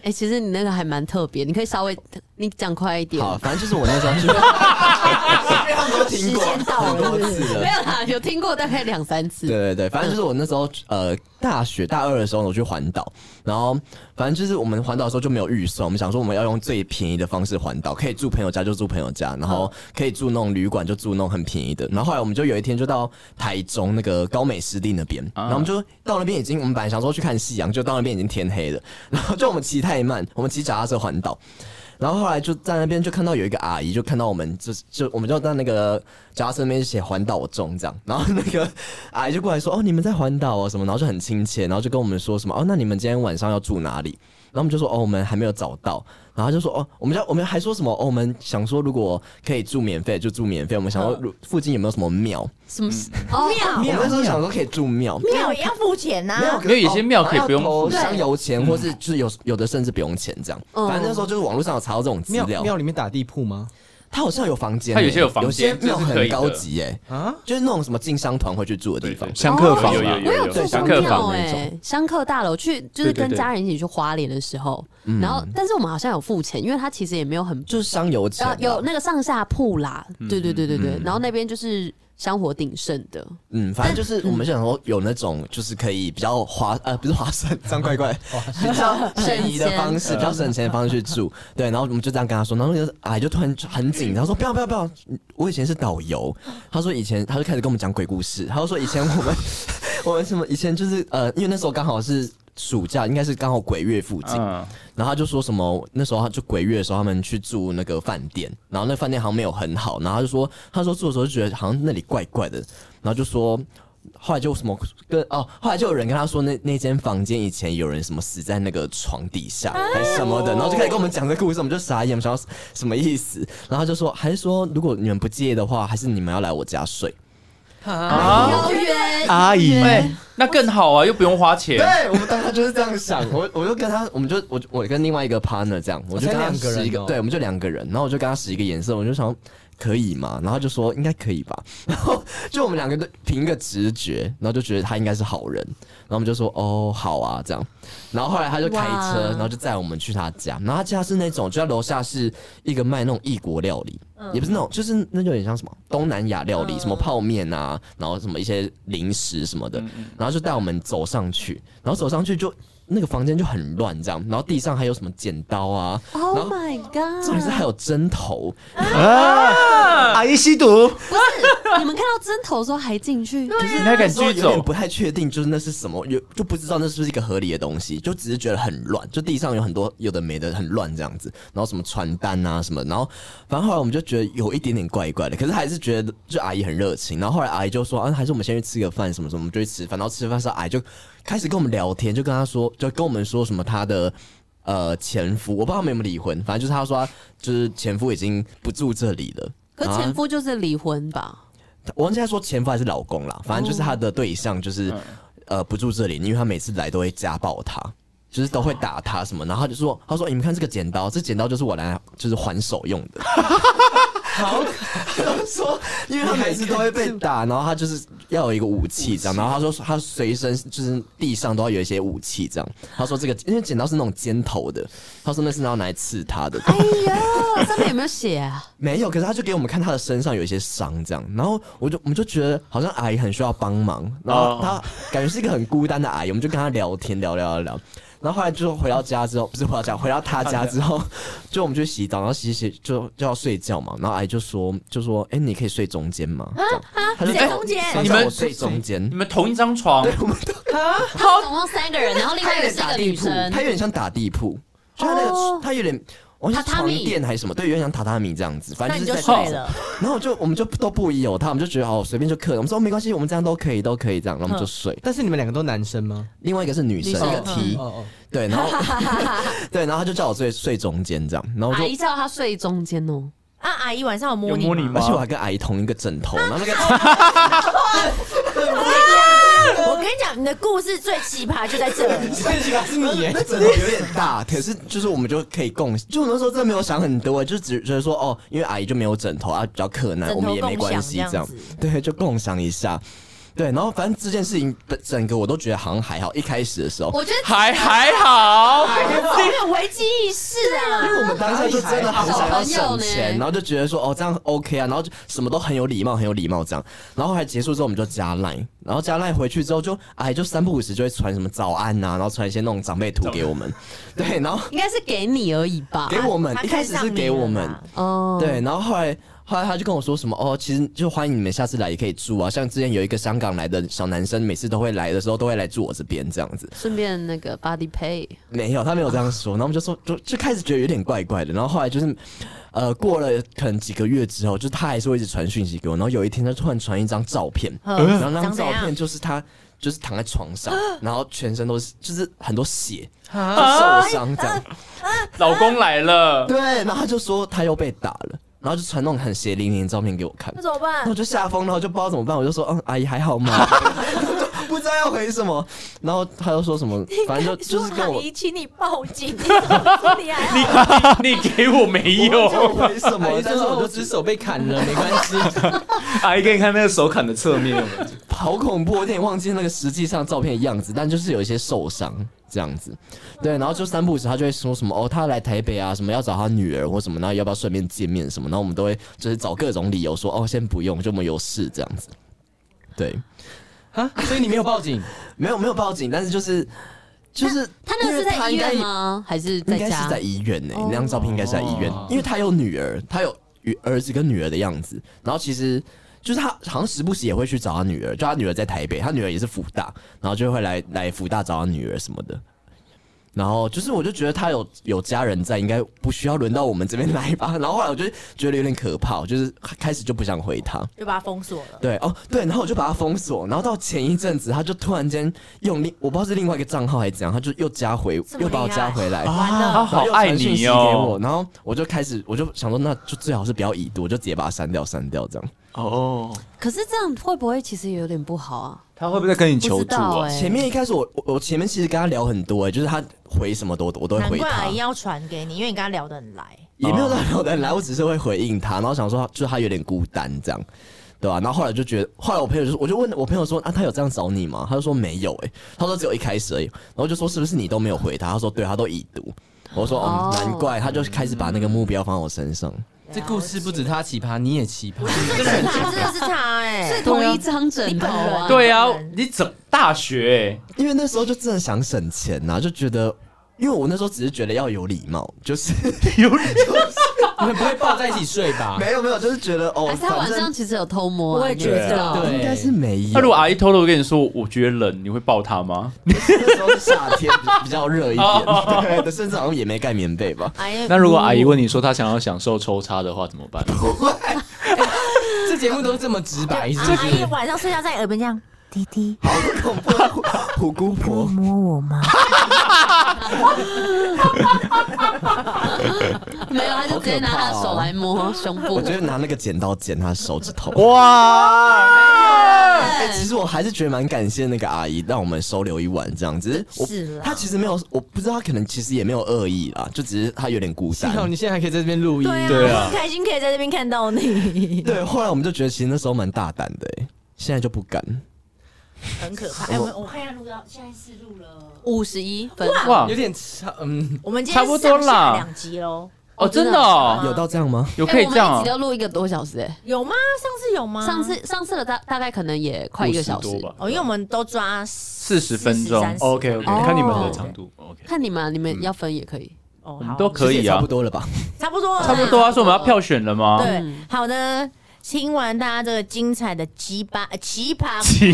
S5: 哎、其实你那个还蛮特别，你可以稍微你讲快一点。
S7: 好，反正就是我那时候去，因 为他们都听过很多次
S5: 没
S7: 了。
S5: 有啦，有听过大概两三次
S7: 对。对对，反正就是我那时候呃大学大二的时候我去环岛，然后反正就是我们环岛的时候就没有预算，我们想说我们要用最便宜的方式环岛，可以住朋友家就住朋友家，然后可以住那种旅馆就住那种很便宜的。然后后来我们就有一天就到台中那个高美湿地那边，然后我们就到那边已经我们本来想说去看夕阳，就到那边已经天黑了，然后就我们骑太慢，我们骑脚踏车环岛，然后后来就在那边就看到有一个阿姨，就看到我们就就我们就在那个脚踏车那边写环岛中这样，然后那个阿姨就过来说哦你们在环岛哦什么，然后就很亲切，然后就跟我们说什么哦那你们今天晚上要住哪里？然后我们就说哦我们还没有找到，然后她就说哦我们要我们还说什么哦我们想说如果可以住免费就住免费，我们想说如附近有没有什么庙？
S5: 什么事？哦，
S7: 我
S1: 妙
S7: 们那时候想说可以住庙，
S1: 妙也要付钱呐、
S7: 没有，
S1: 啊。
S7: 可是
S2: 因为有些庙可以不用
S7: 哦要投
S2: 付
S7: 香油钱，或是就是有有的甚至不用钱这样。
S5: 嗯
S7: 反正那时候就是网络上有查到这种资
S4: 庙
S7: 料，
S4: 庙里面打地铺吗？
S7: 它好像有房间欸，
S2: 它有些有房间
S7: 有些庙
S2: 这是可
S7: 很
S2: 以的
S7: 高级耶，
S4: 啊，
S7: 就是那种什么经商团会去住的地方
S2: 对。对哦
S6: 香客
S2: 啊有
S7: 啊
S6: 房
S2: 有
S6: 啦
S2: 有，
S5: 我
S2: 有
S5: 有住过
S2: 香客
S5: 哦庙
S2: 房
S5: 哎、
S2: 那种。
S5: 香客大楼去就是
S6: 对对
S5: 跟
S6: 对
S5: 家人一起去花莲的时候，然后但是我们好像有付钱，因为它其实也没有很
S7: 就是香油钱啦
S5: 啊，有那个上下铺啦，对对对对对，然后那边就是香火鼎盛的，
S7: 嗯，反正就是我们想说有那种就是可以比较划呃不是划算，这样怪怪，比较呃便宜的方
S2: 嗯
S7: 式，比较省钱的方式去住。对，然后我们就这样跟他说，然后那个阿姨就突然很紧张说不要不要不要，我以前是导游，他说以前他就 开始跟我们讲鬼故事，他就说以前我们我们什么以前就是呃，因为那时候刚好是。暑假，应该是刚好鬼月附近，
S2: 嗯，
S7: 然后他就说什么，那时候他就鬼月的时候，他们去住那个饭店，然后那饭店好像没有很好，然后他就说，他说住的时候就觉得好像那里怪怪的，然后就说。后来就什么跟哦，后来就有人跟他说那那间房间以前有人什么死在那个床底下还是什么的，然后就开始跟我们讲这个故事，我们就傻眼，我们想要什么意思？然后他就说还是说如果你们不介意的话，还是你们要来我家睡。
S5: 好远，
S6: 阿姨，
S2: 哎，那更好啊，又不用花钱。
S7: 对我们当时就是这样想，我我就跟他，我们就我我跟另外一个 partner 这样，我就
S4: 才
S7: 跟他
S4: 两个人
S7: 使一
S4: 哦
S7: 对，我们就两个人，然后我就跟他使一个颜色，我就想可以嘛，然后他就说应该可以吧， 然后就我们两个都凭一个直觉，然后就觉得他应该是好人，然后我们就说哦好啊这样，然后后来他就开车
S5: 哇，
S7: 然后就载我们去他家，然后他家是那种就在楼下是一个卖那种异国料理。
S4: 嗯
S7: 也不是那种，就是那就有点像什么东南亚料理，什么泡面啊，然后什么一些零食什么
S4: 嗯
S7: 的，然后就带我们走上去，然后走上去就那个房间就很乱这样，然后地上还有什么剪刀啊，然
S5: Oh
S7: 后
S5: my
S7: 重点是
S5: god！
S7: 还有针头，
S6: 啊阿姨吸毒，
S5: 你们看到针头的时候还进去，
S7: 可是
S2: 你还敢
S7: 那时候
S2: 继续
S7: 有点
S2: 走
S7: 不太确定，就是那是什么，有就不知道那是不是一个合理的东西，就只是觉得很乱，就地上有很多有的没的很乱这样子，然后什么传单啊什么，然后反正后来我们就觉得有一点点怪怪的，可是还是觉得就阿姨很热情，然后后来阿姨就说啊，还是我们先去吃个饭什么什么，我们就去吃饭，然后吃饭时候阿姨就开始跟我们聊天，就跟她说，就跟我们说什么她的。呃，前夫我不知道他们有没有离婚，反正就是她说她就是前夫已经不住这里了。
S5: 可
S7: 啊
S5: 前夫就是离婚吧？
S7: 我忘记他说前夫还是老公啦，反正就是他的对象就是、呃不住这里，因为他每次来都会家暴他。就是都会打他什么，然后他就说：“他说哦你们看这个剪刀，这剪刀就是我来就是还手用的。”好，说因为他每次都会被打，然后他就是要有一个武器这样，然后他说他随身就是地上都要有一些武器这样。他说这个因为剪刀是那种尖头的，他说那是要拿来刺他的。
S5: 哦上面有没有写 啊？
S7: 没有，可是他就给我们看他的身上有一些伤，这样，然后我就我们就觉得好像阿姨很需要帮忙，然后她感觉是一个很孤单的阿姨，我们就跟她聊天聊聊聊聊，然后后来就回到家之后，不是回到家，回到她家之后， 就我们去洗澡，然后洗洗就就要睡觉嘛，然后阿姨就说就说，哎、你可以睡中间吗？这样，她就哎
S8: 谁
S7: 叫
S8: 中间
S7: 她
S2: 你
S7: 叫
S2: 们
S7: 我睡中间
S2: 你，们同一张床，
S5: 他们总共三个人，然后另外一个是一
S7: 打
S5: 个
S7: 地
S5: 女
S7: 铺，
S5: 生
S7: 它。有点像打地铺，就它那个它有点。我像
S5: 榻榻
S7: 床
S5: 米
S7: 垫还是什么，对，有点像榻榻米这样子，反
S8: 那
S7: 正
S8: 你
S7: 就
S8: 就是
S7: 在
S8: 睡了。
S7: 然后就我们就都不疑有他，我们就觉得哦随便就克，我们说、哦、没关系，我们这样都可以，都可以这样，然后
S8: 嗯
S7: 我们就睡。
S4: 但是你们两个都男生吗？
S7: 另外一个是女生，
S5: 女生
S7: 一个 T，、
S8: 嗯
S4: 哦
S7: 对，然后对，然后他就叫我睡睡中间这样，然后我
S5: 阿
S8: 哎
S7: 就
S5: 姨叫他睡中间哦，
S8: 啊，阿姨晚上有摸
S2: 有
S8: 你
S2: 摸你
S8: 吗？
S2: 吗
S7: 而且我？还跟阿姨同一个枕头，然后那个
S8: 我跟你讲，你的故事最奇葩就在这 里。
S4: 哦，最喜欢是你耶
S7: 那枕头 有点大，可是就是我们就可以共，就我那时候真的没有想很多，就只觉得说哦，因为阿姨就没有枕头啊，比较困
S8: 枕
S7: 难，
S8: 头
S7: 我们也没关系
S8: 共享
S7: 这
S8: 这样
S7: 样
S8: 子，
S7: 对，就共享一下。对，然后反正这件事情本整个我都觉得好像还好，一开始的时候，
S5: 我觉得
S2: 还还好，
S8: 没有危机意识啊！
S7: 因为我们当下就真的很想要省钱，
S5: 小朋友呢
S7: 然后就觉得说哦这样 OK 啊，然后就什么都很有礼貌，很有礼貌这样。然后后来结束之后，我们就加 line，然后加 line 回去之后就哎就三不五时就会传什么早安呐、然后传一些那种长辈图给我们， 对，然后
S5: 应该是给你而已吧
S7: 给。我们
S8: 他
S7: 一开始是给我们
S8: 看上你了，啦
S5: 哦，
S7: 对，然后后来后来他就跟我说什么哦，其实就欢迎你们下次来也可以住啊，像之前有一个香港来的小男生，每次都会来的时候都会来住我这边这样子，
S5: 顺便那个 body pay，
S7: 没有，他没有这样说。然后我们就说，就就开始觉得有点怪怪的。然后后来就是，呃，过了可能几个月之后，就他还是会一直传讯息给我。然后有一天，他突然传一张照片，
S1: 嗯啊
S7: 然后那张
S8: 长怎
S7: 照
S8: 样
S7: 片就是他就是躺在床上，然后全身都是就是很多血，就受伤这样。
S2: 老公来了，
S7: 对，然后他就说他又被打了，然后就传那种很血淋淋的照片给我看
S8: 那。怎么
S7: 然后
S8: 办
S7: 我？就吓疯，然后就不知道怎么办，我就说，嗯，阿姨还好吗？ 不知道要回什么，然后他又说什么，反正就就是跟
S8: 阿
S7: 我
S8: 姨，请你报 警，你还好
S2: 你 给我
S5: 啊
S2: 没有，
S7: 为什
S4: 阿
S7: 么？
S4: 姨
S7: 哎但
S4: 但
S7: 是
S4: 是
S7: 我
S4: 我
S7: 就
S4: 就只手被砍了，没关系。
S6: 阿姨给你看那个手砍的侧面 有没有，
S7: 好恐怖，我有点忘记那个实际上照片的样子，但就是有一些受伤这样子。对，然后就三不五时他就会说什么哦，他来台北啊，什么要找他女儿或什么，然后要不要顺便见面什么，然后我们都会就是找各种理由说哦，先不用，就我们有事这样子。对，
S4: 啊， 所以你没有报警，
S7: 没有没有报警，但是就是就是
S5: 他那个是
S7: 因为
S5: 在医
S7: 应该
S5: 院吗？还是在
S7: 应该是
S5: 家？哦
S7: 在医院呢、那张照片应该是在医院，因为他有女儿，他有儿子跟女儿的样子。然后其实就是他好像时不时也会去找他女儿，就他女儿在台北，他女儿也是福大，然后就会来来福大找他女儿什么的。然后就是，我就觉得他有有家人在，应该不需要轮到我们这边来吧。然后后来我就觉得有点可怕，我就是开始就不想回他。
S1: 就把它封锁了。
S7: 对哦，对，然后我就把他封锁，然后到前一阵子，他就突然间用另我不知道是另外一个账号还是怎样，他就又加回，
S1: 这么
S7: 又把我加回来，
S1: 完了，
S7: 啊
S2: 他好爱你哦。
S7: 然后我就开始，我就想说，那就最好是不要已读，我就直接把它删掉，删掉这样。
S6: 哦，
S5: 可是这样会不会其实也有点不好啊？
S6: 他会不会在跟你
S5: 不
S6: 求
S5: 知
S6: 助
S5: 道
S6: 啊？
S5: 哎，
S7: 前面一开始我我我前面其实跟他聊很多、欸，就是他回什么都我都会
S1: 难
S7: 回
S1: 怪
S7: 他
S1: 阿姨，要传给你，因为你跟他聊得很来。
S7: 也没有到聊得来，我只是会回应他，然后想说就是他有点孤单这样。对吧、然后后来就觉得，后来我朋友就说，我就问我朋友说啊，他有这样找你吗？他就说没有、欸，他说只有一开始而已。然后就说是不是你都没有回他？他说对，他都已读。我说哦、
S5: 哦
S7: 难怪，他就开始把那个目标放在我身上。
S4: 这故事不止他奇葩，你也奇葩。
S1: 这是他，真的是他哎、
S5: 是同一张枕头啊？
S2: 对啊
S1: 不可，能
S2: 你怎么大学、哎
S7: 因为那时候就真的想省钱啊呐、就觉得，因为我那时候只是觉得要有礼貌，就是 有礼貌，
S4: 你们不 会抱在一起睡吧？
S7: 没有没有，就是觉得哦
S5: 还，是他
S7: 反
S5: 晚
S7: 正
S5: 上其实有偷摸、啊？
S1: 我也觉得
S5: 你知道
S4: 对
S7: 应该是没有。
S2: 那如果阿姨偷偷跟你说我觉得冷，你会抱她吗？
S7: 那时候是夏天，比比较热一 点，对，甚至好像也没盖棉被吧。
S1: 阿
S5: 哎
S1: 姨
S6: 那如果阿姨问你说她想要享受抽插的话怎么办？
S4: 这节目都这么直白，是不
S1: 阿姨
S4: 是？
S1: 晚上睡觉在耳边这样，弟弟
S7: 好恐怖啊，虎虎姑婆，
S1: 摸我吗？
S5: 没有，他就直接拿他的手来摸胸部。
S7: 我觉得拿那个剪刀剪她手指头。
S6: 哇！
S7: 哎、其实我还是觉得蛮感谢那个阿姨，让我们收留一晚这样。只是我，
S1: 是啦
S7: 她其实没有，我不知道她可能其实也没有恶意啦，就只是她有点孤
S4: 幸
S7: 单。
S4: 好你现在还可以在这边录音。
S6: 对啊
S1: 很开心可以在这边看到你，
S7: 对，后来我们就觉得其实那时候蛮大胆的、欸，现在就不敢。
S1: 很可怕。哎、我我我看一下录到现在是录了，
S5: 五十一分，
S2: 哇
S4: 有，点长，嗯，
S1: 我们今
S2: 差
S1: 天
S2: 不多
S1: 上下
S2: 啦
S1: 两集喽，
S2: 哦，真的、哦、
S7: 有到这样吗？
S2: 有
S5: 哎
S2: 可以
S5: 我
S2: 这
S5: 们
S2: 样啊
S5: 一集都录一个多小时、哎、
S1: 有吗？上次有吗？
S5: 上次上次的大大概可能也快一个小时。
S6: 50多吧
S1: 哦，因为我们都抓四
S2: 40分钟
S6: OK OK，看你们的长度。OK，
S7: 哦
S5: 看你们啊，你们要分也可以。
S1: 哦，
S2: 我们
S1: 好，
S2: 都可
S7: 其实
S2: 以
S7: 也差
S2: 啊
S7: 不，多了吧？
S1: 差不多了，
S2: 差不多啊，所以我们要票选了吗？
S1: 对，好的，听完大家这个精彩的奇葩呃奇葩
S2: 请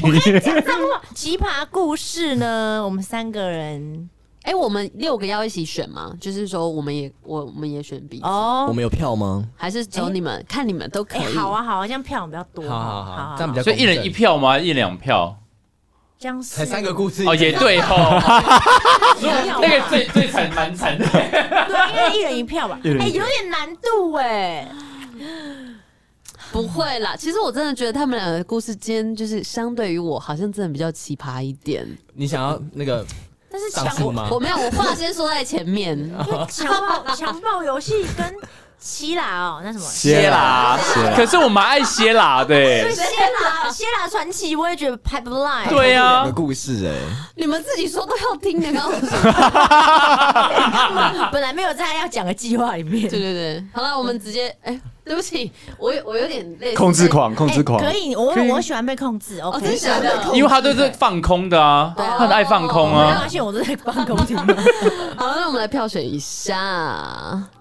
S1: 奇葩故事呢，我们三个人
S5: 哎、我们六个要一起选吗？就是说，我们也我我们也选 B，、
S7: 我
S1: 哦，
S7: 们有票吗？
S5: 还是只有你们、看你们都可
S1: 哎、
S5: 以？
S1: 好，啊好啊，这样票比较多，
S4: 好好好，这样比较
S2: 所以一人
S4: 公
S2: 一
S4: 正，
S2: 票吗？一人两票？
S1: 这样是
S4: 才三个故事
S2: 哦，也对 吼，
S1: 票吧，
S2: 那个最最惨蛮惨的。
S1: 对，因为一人一票吧，
S6: 一人一
S1: 哎、
S6: 票
S1: 有点难度哎、
S5: 不会啦。其实我真的觉得他们两个故事今天就是相对于我，好像真的比较奇葩一点。
S4: 你想要那个
S1: 但是强
S4: 上诉吗
S5: 我？没有，我话先说在前面。
S1: 强暴强暴游戏跟希腊哦，那什么
S6: 谢啦，谢啦。
S2: 可是我蛮爱歇啦的欸，
S1: 希腊希腊传奇，我也觉得拍不烂，
S2: 对
S7: 两
S2: 啊
S7: 个，故事哎、
S5: 你们自己说都要听的，刚 刚我说
S2: 啊
S1: 本来没有在要讲的计划里面，
S5: 对对对，好了，我们直接，哎、对不起，我有我有点累，
S6: 控制。狂，控制狂。
S1: 哎可以，我
S2: 可以
S1: 我喜欢被控制
S5: 哦，
S1: ，OK，
S5: 真的假的？
S2: 因为他都是放空的啊，
S5: 对啊
S2: 他很爱放空
S1: 我没
S2: 啊
S6: 嗯
S1: 发。现我都在帮公听，
S5: 好，那我们来票选一下。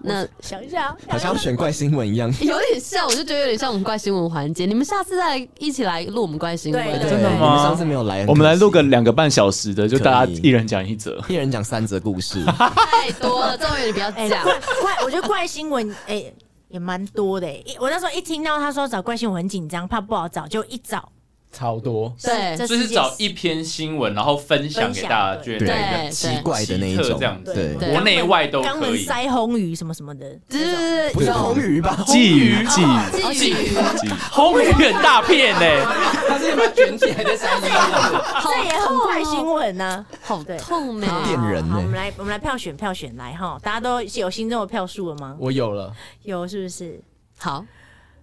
S5: 那
S1: 想一下，
S7: 好像要选怪新闻一样。
S5: 有点像，我就觉得有点像我们怪新闻环节。你们下次再一起来录我们怪新闻。
S1: 对
S7: 对
S1: 真
S2: 的
S7: 你
S2: 吗
S7: 们上次没有来，很可惜
S6: 我们来录个两个半小时的，就大
S7: 可
S6: 家
S7: 以
S6: 一人讲一则。
S7: 一人讲三则故事。
S5: 太多了，周远你不要
S1: 哎、
S5: 讲。
S1: 怪怪，我觉得怪新闻哎、也蛮多的、哎一我那时候一听到他说找怪新闻很紧张，怕不好找，就一找，
S4: 超多，
S5: 哎对
S1: 这
S2: 就是
S1: 世界
S2: 找一篇新闻，然后分享给大
S1: 分
S2: 家，
S1: 享
S2: 觉得
S5: 对
S7: 奇
S5: 对，
S7: 怪的那一
S2: 奇特
S7: 种
S2: 这样，子
S7: 对，
S5: 对
S2: 国内外都
S1: 肛
S2: 可
S1: 门
S2: 以。
S1: 塞红鱼什么什么的，
S5: 对对
S7: 不
S5: 对
S7: 是红鱼吧？
S6: 鲫鱼，鲫鱼，
S5: 对，
S2: 鲫
S5: 鲫鱼
S6: 鲫鱼。
S2: 红鱼很大片呢，
S4: 他是把它卷起来在山里。
S5: 好
S1: 这也很
S5: 痛
S1: 怪
S5: 哦
S1: 新闻呢、
S5: 好
S1: 对
S5: 痛呢。
S7: 电人欸
S1: 好，我们
S7: 呢、
S1: 来我们来票选票选来哈，大家都有心中的票数了吗？
S4: 我有了，
S1: 有是不是？
S5: 好，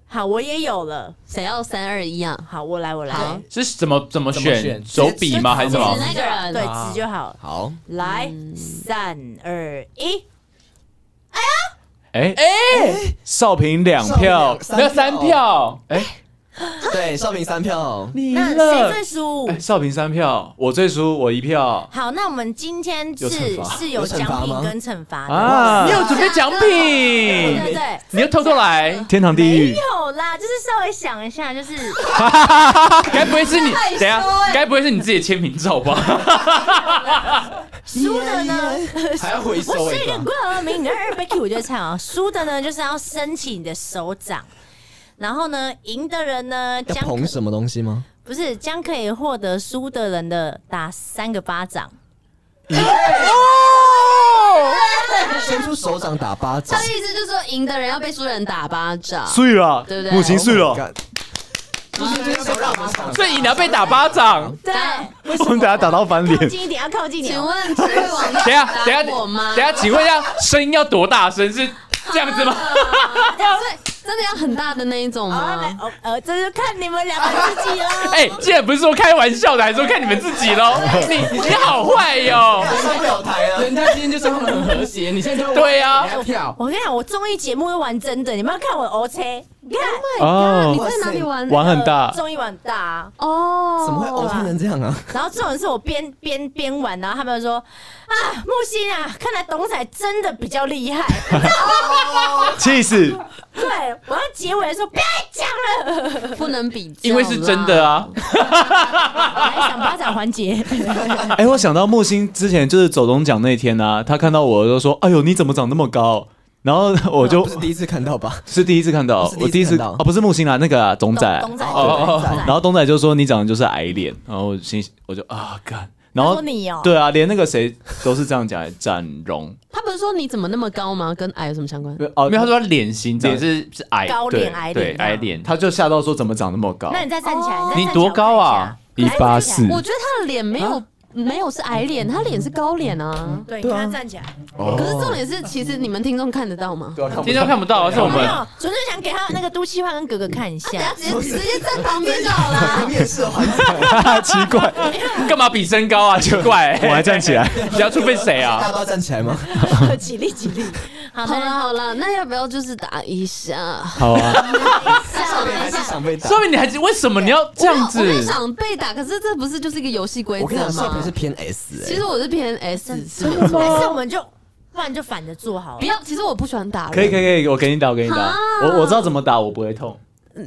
S1: 好，我也有了。
S5: 谁要三二一啊？
S1: 好，我来我
S5: 好
S1: 来，
S2: 是怎么怎么
S4: 怎么
S2: 选？
S4: 选
S2: 手笔吗？还是什么
S5: 指？那个人
S1: 对，
S4: 好
S1: 指就好。
S7: 好，
S1: 来，三二一，
S6: 哎哎，少平两票，
S2: 没有三票，哎，
S7: 对，少平三票，
S6: 你
S1: 那谁最输？
S6: 哎，少平三票，我最输，我一票
S1: 好，那我们今天
S6: 有
S1: 是
S6: 惩罚
S1: 是有
S7: 有惩
S1: 奖
S7: 罚
S1: 品
S7: 吗
S1: 跟惩罚的。
S6: 啊
S2: 你！有准备奖
S1: 对
S2: 品，
S1: 对对，
S2: 你又偷偷来，
S6: 天堂地狱
S1: 没，有啦，就是稍微想一下，就是
S2: 该不会 是你？等一下，该不会是你自己的签名照吧？
S1: 输的呢，
S4: 还要回收
S1: 我是
S7: 欸
S4: 一
S1: 一个
S4: 个。
S1: 冠俄名，你跟二 Becky 我就唱啊，输的呢就是要伸起你的手掌。然后呢，赢的人呢
S7: 要
S1: 将
S7: 捧什么东西吗？
S1: 不是将可以获得输的人的打三个巴掌，
S7: 伸出手掌打巴掌
S5: 他的，意思就是说，赢的人要被输的人打巴掌。
S6: 碎了
S5: 对不，对
S6: 母亲碎
S7: Oh my
S6: 了，
S7: God，就是就是想让我们想
S2: 所以你要被打巴 掌。
S1: 对，
S6: 我们等下打到翻脸
S1: 靠。近一点，要靠近一点
S5: 请
S1: 哦。
S5: 问体育网
S2: 等一下，等一下，
S5: 打我吗？
S2: 等一下，请问一下，声音要多大声？是这样子 吗？
S5: 所以真的要很大的那一种
S1: 好来
S5: 吗？
S1: 哦呃，这就看你们两个自己了。
S2: 哎，既然不是说开玩笑的，还说看你们自己 喽。你你好坏哟！
S7: 上不了台了。
S4: 人家今天就是他们很和谐，你现在 就
S2: 对啊呀
S4: 你要跳，
S1: 我跟你讲，我综艺节目会玩真的，你们要看我的 O 车，你看
S5: 你
S6: 哦，
S5: 在哪里玩？
S6: 玩很大
S1: 综艺玩大啊、
S5: 哦，
S7: 怎么会呕吐成这样啊？
S1: 然后这种是我边 边边玩，然后他们就说啊，木星啊，看来董仔真的比较厉害。
S6: 气死！
S1: 对，我要结尾的时候不要再讲了，
S5: 不能比较啦？
S2: 因为是真的啊，
S1: 我来想巴掌环节。
S6: 哎，我想到木星之前就是走中奖那天啊，他看到我就说：“哎呦，你怎么长那么高？”然后我就
S7: 啊不是第一次看到吧？
S6: 是第一次看到，
S7: 不
S6: 我
S7: 是
S6: 第
S7: 第
S6: 一
S7: 一
S6: 次
S7: 次看到
S6: 啊，不是木星啦，那个啊董仔，
S1: 董仔，
S2: 哦
S1: 董
S6: 然后东仔就说你长得就是矮脸，然后我心我就啊干，
S1: 他
S6: 然后
S1: 说你哦
S6: 对啊，连那个谁都是这样讲，展荣
S5: 他不是说你怎么那么高吗？跟矮有什么相关？
S6: 哦
S2: 因为他说他脸型长得是是矮，
S1: 高
S2: 对
S1: 脸
S5: 啊
S1: 矮
S2: 对
S1: 脸
S2: 矮脸。
S6: 他就吓到说怎么长那么高
S1: 那，你再站起来，
S5: 哦
S1: 再站
S2: 你
S1: 起来
S2: 多高啊？
S1: 我看一下
S6: 184
S1: 站起来
S5: 我觉得他的脸没有没有是矮脸，他脸是高脸啊。
S1: 对，你看他站起来，
S5: 可是重点是，其实你们听众看得到吗？
S2: 今天看不到啊，是我
S1: 没
S2: 们
S1: 有，纯粹想给他那个都气化跟哥哥看一
S5: 等
S1: 下
S4: 啊
S5: 下。直接直接站旁边就好啦。
S7: 面试环节，
S6: 奇怪，
S2: 干嘛比身 高啊？奇怪，
S6: 我还站起 来，
S2: 你要出被谁
S7: 大
S2: 啊？
S7: 家都要站起来吗？
S4: 啊
S1: 起立起立。 好
S5: 好
S1: 的，
S5: 了好了，那要不要就是打一下？
S6: 好啊，
S7: 还是想被打？
S2: 说明你还是为什么你要这样
S5: 我很
S2: 子？
S5: 想被打，可是这不是就是一个游戏规
S7: 我跟你
S5: 则
S7: 讲，少平是
S5: 吗？
S7: 偏 S 哎、
S5: 其实我是偏 S，是没错
S1: 还是我们就，不然就反着做好
S5: 不
S1: 了。
S5: 要，其实我不喜欢打人。
S6: 可以可以可以，我给你打，我给你打
S5: 啊，
S6: 我我知道怎么打，我不会痛，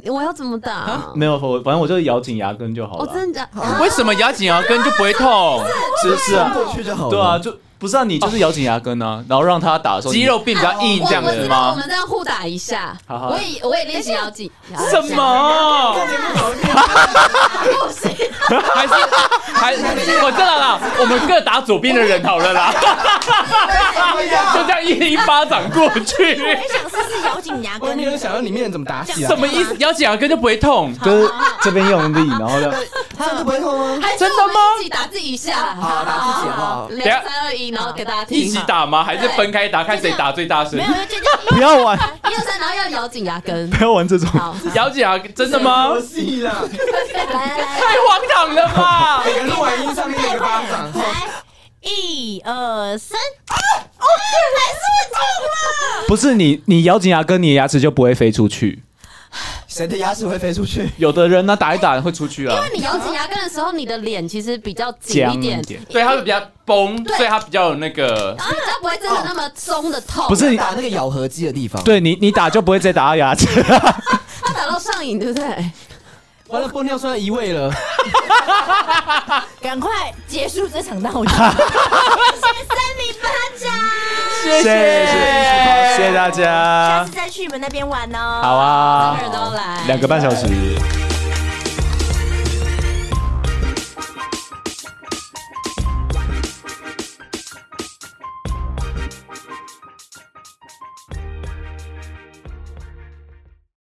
S5: 以，我要怎么打？
S6: 没有，我反正我就咬紧牙根就好
S5: 我
S6: 了，
S5: 哦真的假？
S2: 为什么咬紧牙根就不会痛？
S6: 是是啊，
S7: 过去就好了。
S6: 对啊，，就不是啊，你就是咬紧牙根啊，然后让他打的时候
S2: 肌，肉变比较硬这样
S5: 哦我我
S2: 子
S5: 知道，我
S2: 吗？
S5: 们这样互打一下。
S6: 好好
S5: 我也我也练习要紧。
S2: 什么？还是还我知道了，我们各打左边的人好了 啦，就这样一人一巴掌过去
S1: 我，也想试试咬紧牙
S4: 我也
S1: 根
S4: 没，有想到里面人怎么打啊起来
S2: 什。么意思？咬紧牙根就不会痛？
S6: 就是这边用力，然后呢，
S7: 他们都不会痛吗？
S5: 还是
S2: 真的
S5: 我们
S2: 吗
S5: 一起打自己一下。
S7: 好，打自己好不好？
S5: 两三二一，然后给大家听。
S2: 一起打吗？还是分开打？看谁打最大声
S1: 没？有就就
S6: 不要玩，
S5: 一二三，然后要咬紧牙根。
S6: 不要玩这种，
S5: 好，
S2: 咬紧牙根真的吗
S4: 游？戏 啦，
S1: 来来来
S2: 太。荒唐了 吧！
S4: 每个人录完音上面一个巴掌，
S1: 来，一二三，
S6: 不是你你咬紧牙根，你的牙齿就不会飞出去。
S7: 谁的牙齿会飞出去？
S6: 有的人呢、打一打会出去啊
S5: 因为，你咬紧牙根的时候，你的脸其实比较紧一点，
S6: 点，
S2: 对，它会比较崩，
S5: 对
S2: 所以它比较有那个。
S5: 比较不会真的那么松的痛。
S6: 不是你
S7: 打那个咬合肌的地方。，
S6: 对你你打就不会再打到牙齿，
S5: 他打到上瘾，对不对？
S4: 完了玻尿酸移位了，
S1: 赶快结束这场闹剧。谢谢三米
S6: 谢谢谢谢大
S1: 巴掌，下
S6: 家
S1: 次，再去你们那边玩哦。
S6: 好啊
S5: 每个人都，来。
S6: 两个半小时。